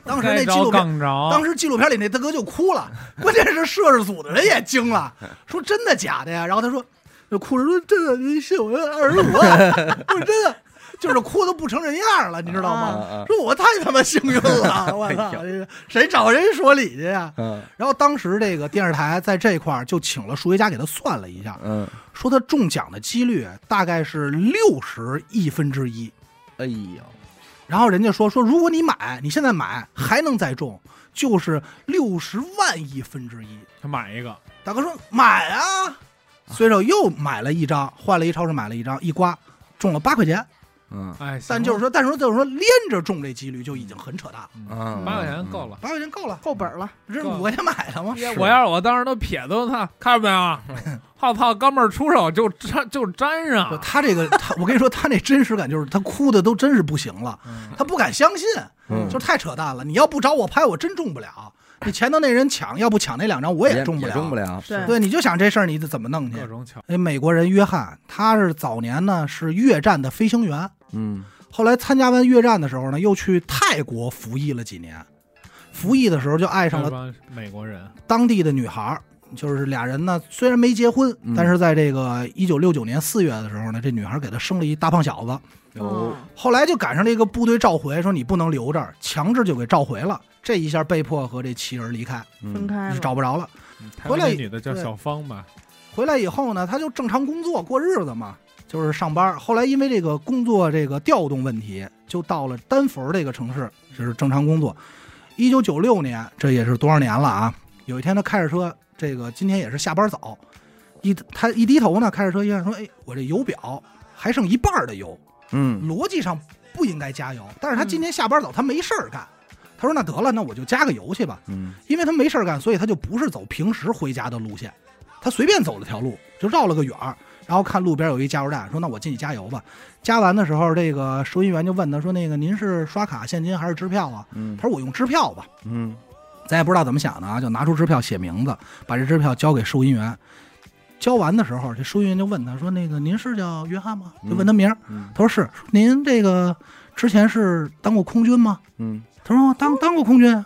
当时那纪录片，着杠着，啊当时纪录片里那大哥就哭了，关键是摄制组的人也惊了，说真的假的呀？然后他说，呃就哭着说真的，你信呃我二十五万，我说真的，就是哭的不成人样了，你知道吗？啊说我太他妈幸运了，我操，这个谁找谁说理去呀？嗯然后当时这个电视台在这块儿就请了数学家给他算了一下，嗯，说他中奖的几率大概是六十亿分之一。哎呦，然后人家说说，如果你买，你现在买还能再中，就是六十万亿分之一。他买一个，大哥说买啊，随手又买了一张，换了一超市买了一张，一刮中了八块钱。嗯哎，但就是说，但是说就是说连着中这几率就已经很扯淡了，嗯，八块钱够了。八块钱够了，够本儿了，这是五块钱买的吗？我要是我当时都撇都他，看见没 [laughs] 有？我操，哥们儿出手就粘就粘就上，他这个，他我跟你说，他那真实感就是他哭的都真是不行了，他不敢相信，嗯就是太扯淡了。你要不找我拍，我真中不了。你前头那人抢，要不抢那两张我也中不也了。中不了。对对，你就想这事儿你得怎么弄去各？种巧，哎，美国人约翰，他是早年呢是越战的飞行员，嗯，后来参加完越战的时候呢，又去泰国服役了几年。服役的时候就爱上这了帮美国人，当地的女孩儿，就是俩人呢虽然没结婚嗯，但是在这个一九六九年四月的时候呢，这女孩给他生了一大胖小子。哦哦有嗯后来就赶上这个部队召回，说你不能留这儿，强制就给召回了。这一下被迫和这妻儿离开，嗯分开是了，找不着了。嗯台回湾来那女的叫对小芳吧，回来以后呢，他就正常工作过日子嘛，就是上班。后来因为这个工作这个调动问题，就到了丹佛这个城市，就是正常工作。一九九六年，这也是多少年了啊？有一天他开着车，这个今天也是下班早，一他一低头呢，开着车一看说：“哎，我这油表还剩一半儿的油，嗯逻辑上不应该加油。”但是他今天下班早，他没事儿干，他说：“那得了，那我就加个油去吧。”嗯因为他没事儿干，所以他就不是走平时回家的路线，他随便走了条路，就绕了个远儿，然后看路边有一加油站，说那我进去加油吧。加完的时候，这个收银员就问他说：“那个您是刷卡现金还是支票啊？”嗯他说：“我用支票吧。嗯”咱也不知道怎么想的啊，就拿出支票写名字，把这支票交给收银员。交完的时候，这收银员就问他说：“那个您是叫约翰吗？”就问他名儿，嗯他说是。说您这个之前是当过空军吗？嗯他说当当过空军，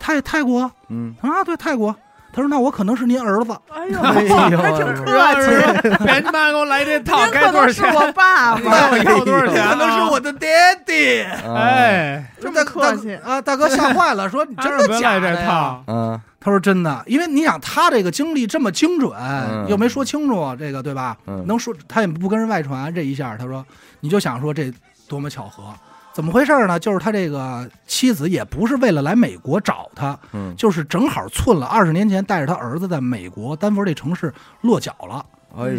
泰泰国。嗯，啊，对泰国。他说：“那我可能是您儿子。哎呦，哎呦还挺啊客气。别他妈给我来这套您可能是我爸 [laughs] 爸，我要多少这钱啊 [laughs] 可能是我的爹爹。哎哎，这大么客气大哥啊！大哥吓坏了，说：“你嗯 [laughs] 真的别假来的这呀套？”，嗯他说：“真的，因为你想他这个经历这么精准，嗯又没说清楚这个，对吧？嗯，能说他也不跟人外传。这一下，他说你就想说这多么巧合，怎么回事呢？就是他这个妻子也不是为了来美国找他，嗯，就是正好寸了二十年前带着他儿子在美国丹佛这城市落脚了。”哎，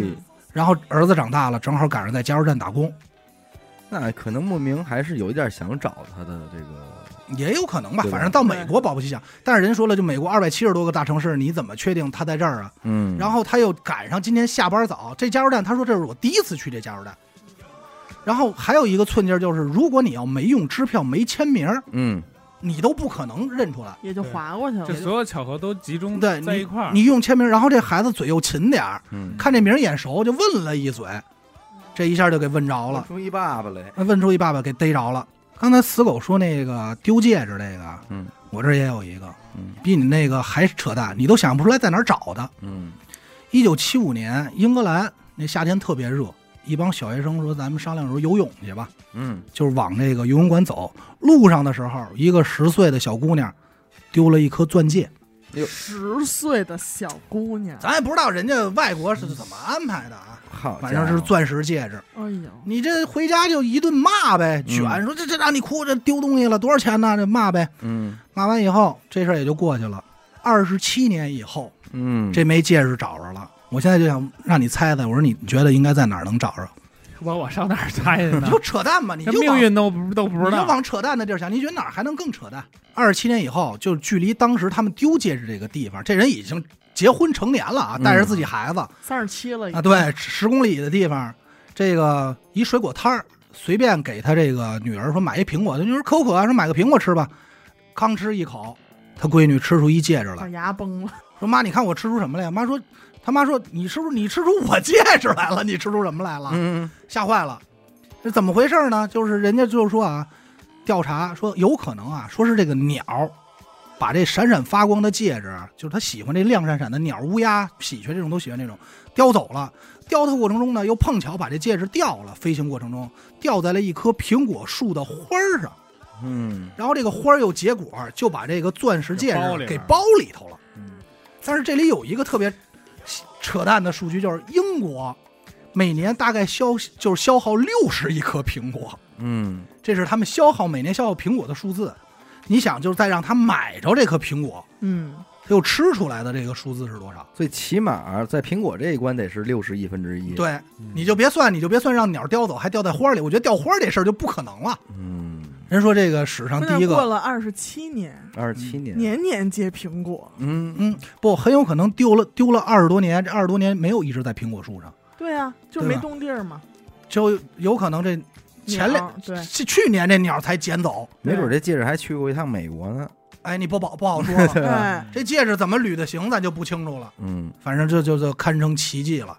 然后儿子长大了，正好赶上在加油站打工，那可能莫名还是有一点想找他的这个，也有可能吧。对吧反正到美国保不齐想，但是人说了，就美国二百七十多个大城市，你怎么确定他在这儿啊？嗯，然后他又赶上今天下班早，这加油站，他说这是我第一次去这加油站。然后还有一个寸劲儿就是，如果你要没用支票、没签名儿，嗯你都不可能认出来。也就划过去了这。所有巧合都集中对在一块啊儿，你用签名儿，然后这孩子嘴又勤点儿，嗯，看这名儿眼熟，就问了一嘴，这一下就给问着了。出一爸爸来，问出一爸爸给逮着了。刚才死狗说那个丢戒指那个，嗯，我这儿也有一个，嗯比你那个还扯淡，你都想不出来在哪儿找的。嗯一九七五年，英格兰那夏天特别热，一帮小学生说咱们商量说游泳去吧，嗯，就是往那个游泳馆走。路上的时候，一个十岁的小姑娘丢了一颗钻戒，十岁的小姑娘，咱也不知道人家外国是怎么安排的啊，好，反正是，钻石戒指。哎呦，你这回家就一顿骂呗，卷、嗯说这这让你哭，这丢东西了多少钱呢？这骂呗。嗯骂完以后，这事儿也就过去了。二十七年以后，嗯，这枚戒指找着了。我现在就想让你猜猜，我说你觉得应该在哪儿能找着？我我上哪儿猜去呢你？就扯淡吧，你这就往命运都不都不你知就道，往扯淡的地儿想，你觉得哪儿还能更扯淡？二十七年以后，就距离当时他们丢戒指这个地方，这人已经结婚成年了啊，嗯带着自己孩子、三十七了已经啊，对，十公里的地方，这个一水果摊儿，随便给他这个女儿说买一苹果，他就说可口渴啊，说买个苹果吃吧，刚吃一口，他闺女吃出一戒指来把。牙崩了，说妈，你看我吃出什么来呀？妈说，他妈说你吃出你吃出我戒指来了，你吃出什么来了？嗯吓坏了，这怎么回事呢？就是人家就是说啊，调查说有可能啊，说是这个鸟把这闪闪发光的戒指，就是他喜欢这亮闪闪的鸟、乌鸦、喜鹊这种都喜欢这种，叼走了。叼它过程中呢，又碰巧把这戒指掉了，飞行过程中掉在了一棵苹果树的花儿上，嗯然后这个花儿有结果，就把这个钻石戒给包指里边给儿包里头了。嗯，但是这里有一个特别扯淡的数据，就是英国每年大概消就是消耗六十亿颗苹果，嗯这是他们消耗每年消耗苹果的数字。你想，就是再让他买着这颗苹果，嗯，他又吃出来的这个数字是多少？最起码在苹果这一关得是六十亿分之一，，对，嗯你就别算，你就别算让鸟叼走，还叼在花里。我觉得掉花这事儿就不可能了。嗯，人说这个史上关第键一过个，了二十七年，二十七年，年年结苹果，嗯嗯，不，很有可能丢了丢了二十多年，这二十多年没有一直在苹果树上，对啊，就对吧没动地儿嘛。就有可能这前两对去去年这鸟才捡走，没准这戒指还去过一趟美国呢，哎，你不保不好说了。 [laughs] 对哎这戒指怎么捋的行，咱就不清楚了。嗯，反正这就就堪称奇迹了，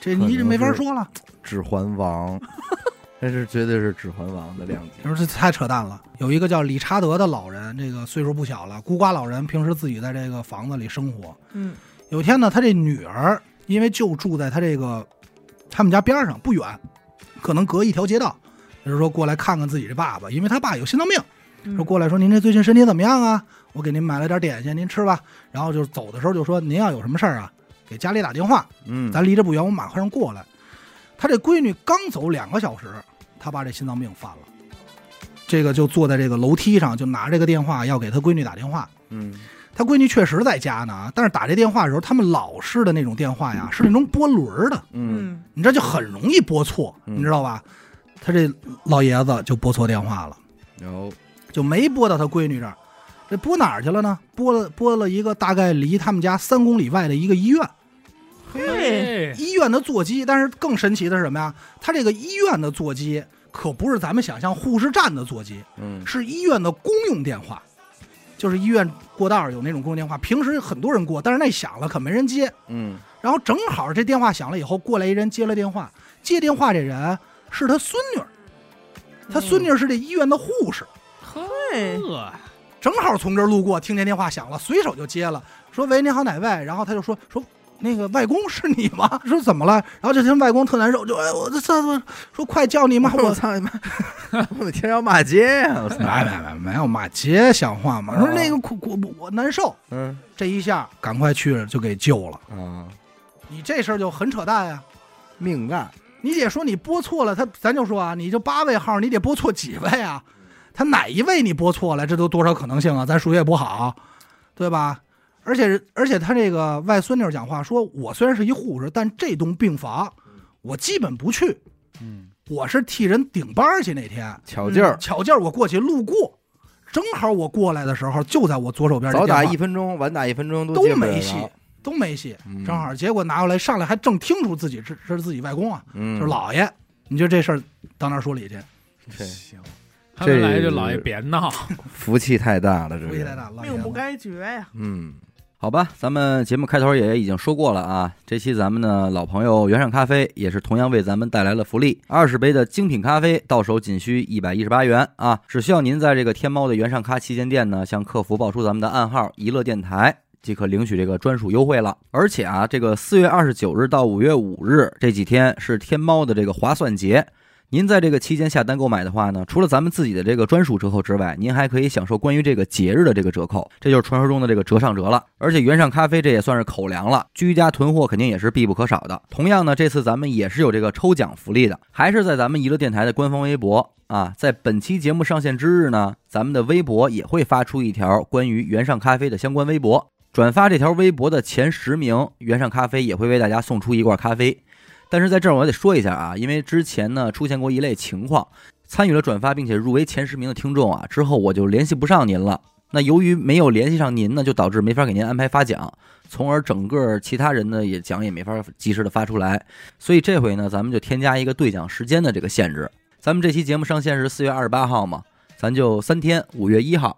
这可你能没法是说了。 《指环王》，这是绝对是《指环王》的亮你点。说这太扯淡了。有一个叫理查德的老人，这个岁数不小了，孤寡老人，平时自己在这个房子里生活。嗯有一天呢，他这女儿因为就住在他这个他们家边上不远，可能隔一条街道，就是说过来看看自己这爸爸，因为他爸有心脏病，嗯说过来说您这最近身体怎么样啊？我给您买了点点心，您吃吧。然后就走的时候就说您要有什么事儿啊，给家里打电话，嗯，咱离这不远，我马上过来。他这闺女刚走两个小时，他爸这心脏病犯了，这个就坐在这个楼梯上，就拿这个电话要给他闺女打电话。嗯他闺女确实在家呢啊，但是打这电话的时候，他们老式的那种电话呀，是那种拨轮儿的，嗯嗯你这就很容易拨错，嗯你知道吧？他这老爷子就拨错电话了，有就没拨到他闺女这儿。这拨哪儿去了呢？拨了拨了一个大概离他们家三公里外的一个医院，哎嘿，医院的座机。但是更神奇的是什么呀？他这个医院的座机可不是咱们想象护士站的座机，嗯是医院的公用电话，就是医院过道儿有那种公用电话，平时很多人过，但是那响了可没人接。嗯然后正好这电话响了以后，过来一人接了电话，接电话这人是他孙女儿，他孙女儿是这医院的护士，对，呵，正好从这儿路过，听见电话响了，随手就接了，说喂，你好，哪位？然后他就说说。那个外公是你 [laughs] 吗？说怎么了？然后就听外公特难受，就哎我这这这说快叫你妈！ [laughs] 我我操你妈！我的天，要骂街呀！我操没没没没有骂街像话吗？说那个我我我难受，嗯这一下赶快去就给救了。啊，你这事儿就很扯淡啊呀、命大，你得说你拨错了，他咱就说啊，你就八位号，你得拨错几位啊？嗯他哪一位你拨错了，这都多少可能性啊？咱数学也不好，对吧？而且而且他这个外孙女讲话说，我虽然是一护士，但这栋病房嗯我基本不去，嗯，我是替人顶班儿去那天。巧劲儿，巧劲儿，我过去路过，正好我过来的时候，就在我左手边这早电话打一分钟，晚打一分钟都都接不了没戏，都没戏。嗯正好，结果拿过来上来还正听出自己是是自己外公啊，嗯，就是老爷。你就这事儿到那儿说理去？对行，他们来就老爷别闹，福气太大了，这不个期待大，老爷命不子。该绝呀！嗯，好吧，咱们节目开头也已经说过了啊。这期咱们呢老朋友原上咖啡也是同样为咱们带来了福利，二十杯的精品咖啡到手仅需一百一十八元啊！只需要您在这个天猫的原上咖旗舰店呢，向客服报出咱们的暗号“一乐电台”。即可领取这个专属优惠了，而且啊，这个四月二十九日到五月五日这几天是天猫的这个划算节，您在这个期间下单购买的话呢，除了咱们自己的这个专属折扣之外，您还可以享受关于这个节日的这个折扣，这就是传说中的这个折上折了。而且原上咖啡这也算是口粮了，居家囤货肯定也是必不可少的。同样呢，这次咱们也是有这个抽奖福利的，还是在咱们娱乐电台的官方微博啊，在本期节目上线之日呢，咱们的微博也会发出一条关于原上咖啡的相关微博。转发这条微博的前十名，原上咖啡也会为大家送出一罐咖啡。但是在这儿我得说一下啊，因为之前呢出现过一类情况，参与了转发并且入围前十名的听众啊，之后我就联系不上您了。那由于没有联系上您呢，就导致没法给您安排发奖，从而整个其他人呢也奖也没法及时的发出来。所以这回呢，咱们就添加一个兑奖时间的这个限制。咱们这期节目上线是四月二十八号嘛，咱就三天，五月一号。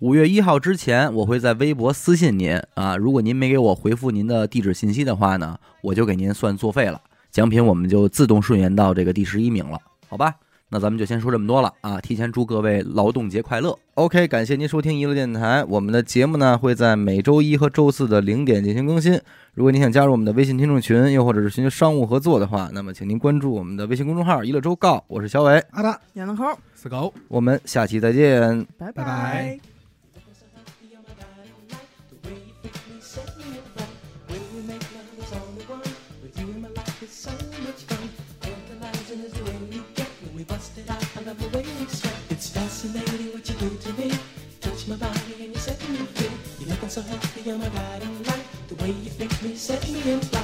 五月一号之前，我会在微博私信您啊。如果您没给我回复您的地址信息的话呢，我就给您算作废了。奖品我们就自动顺延到这个第十一名了，好吧？那咱们就先说这么多了啊！提前祝各位劳动节快乐。OK，感谢您收听娱乐电台，我们的节目呢会在每周一和周四的零点进行更新。如果您想加入我们的微信听众群，又或者是寻求商务合作的话，那么请您关注我们的微信公众号“娱乐周告”，我是小伟，阿达，闫德抠，死狗。我们下期再见。拜拜拜。 so happy on my dying life. The way you fix me, set me right. When we make love, it's all the one. With you in my life, it's so much fun. Tantalizing is the way you get me. We bust it out, I love the way you sweat. It's fascinating what you do to me. Touch my body and you set me free. You're looking so happy on my dying life. The way you fix me, set me in flight.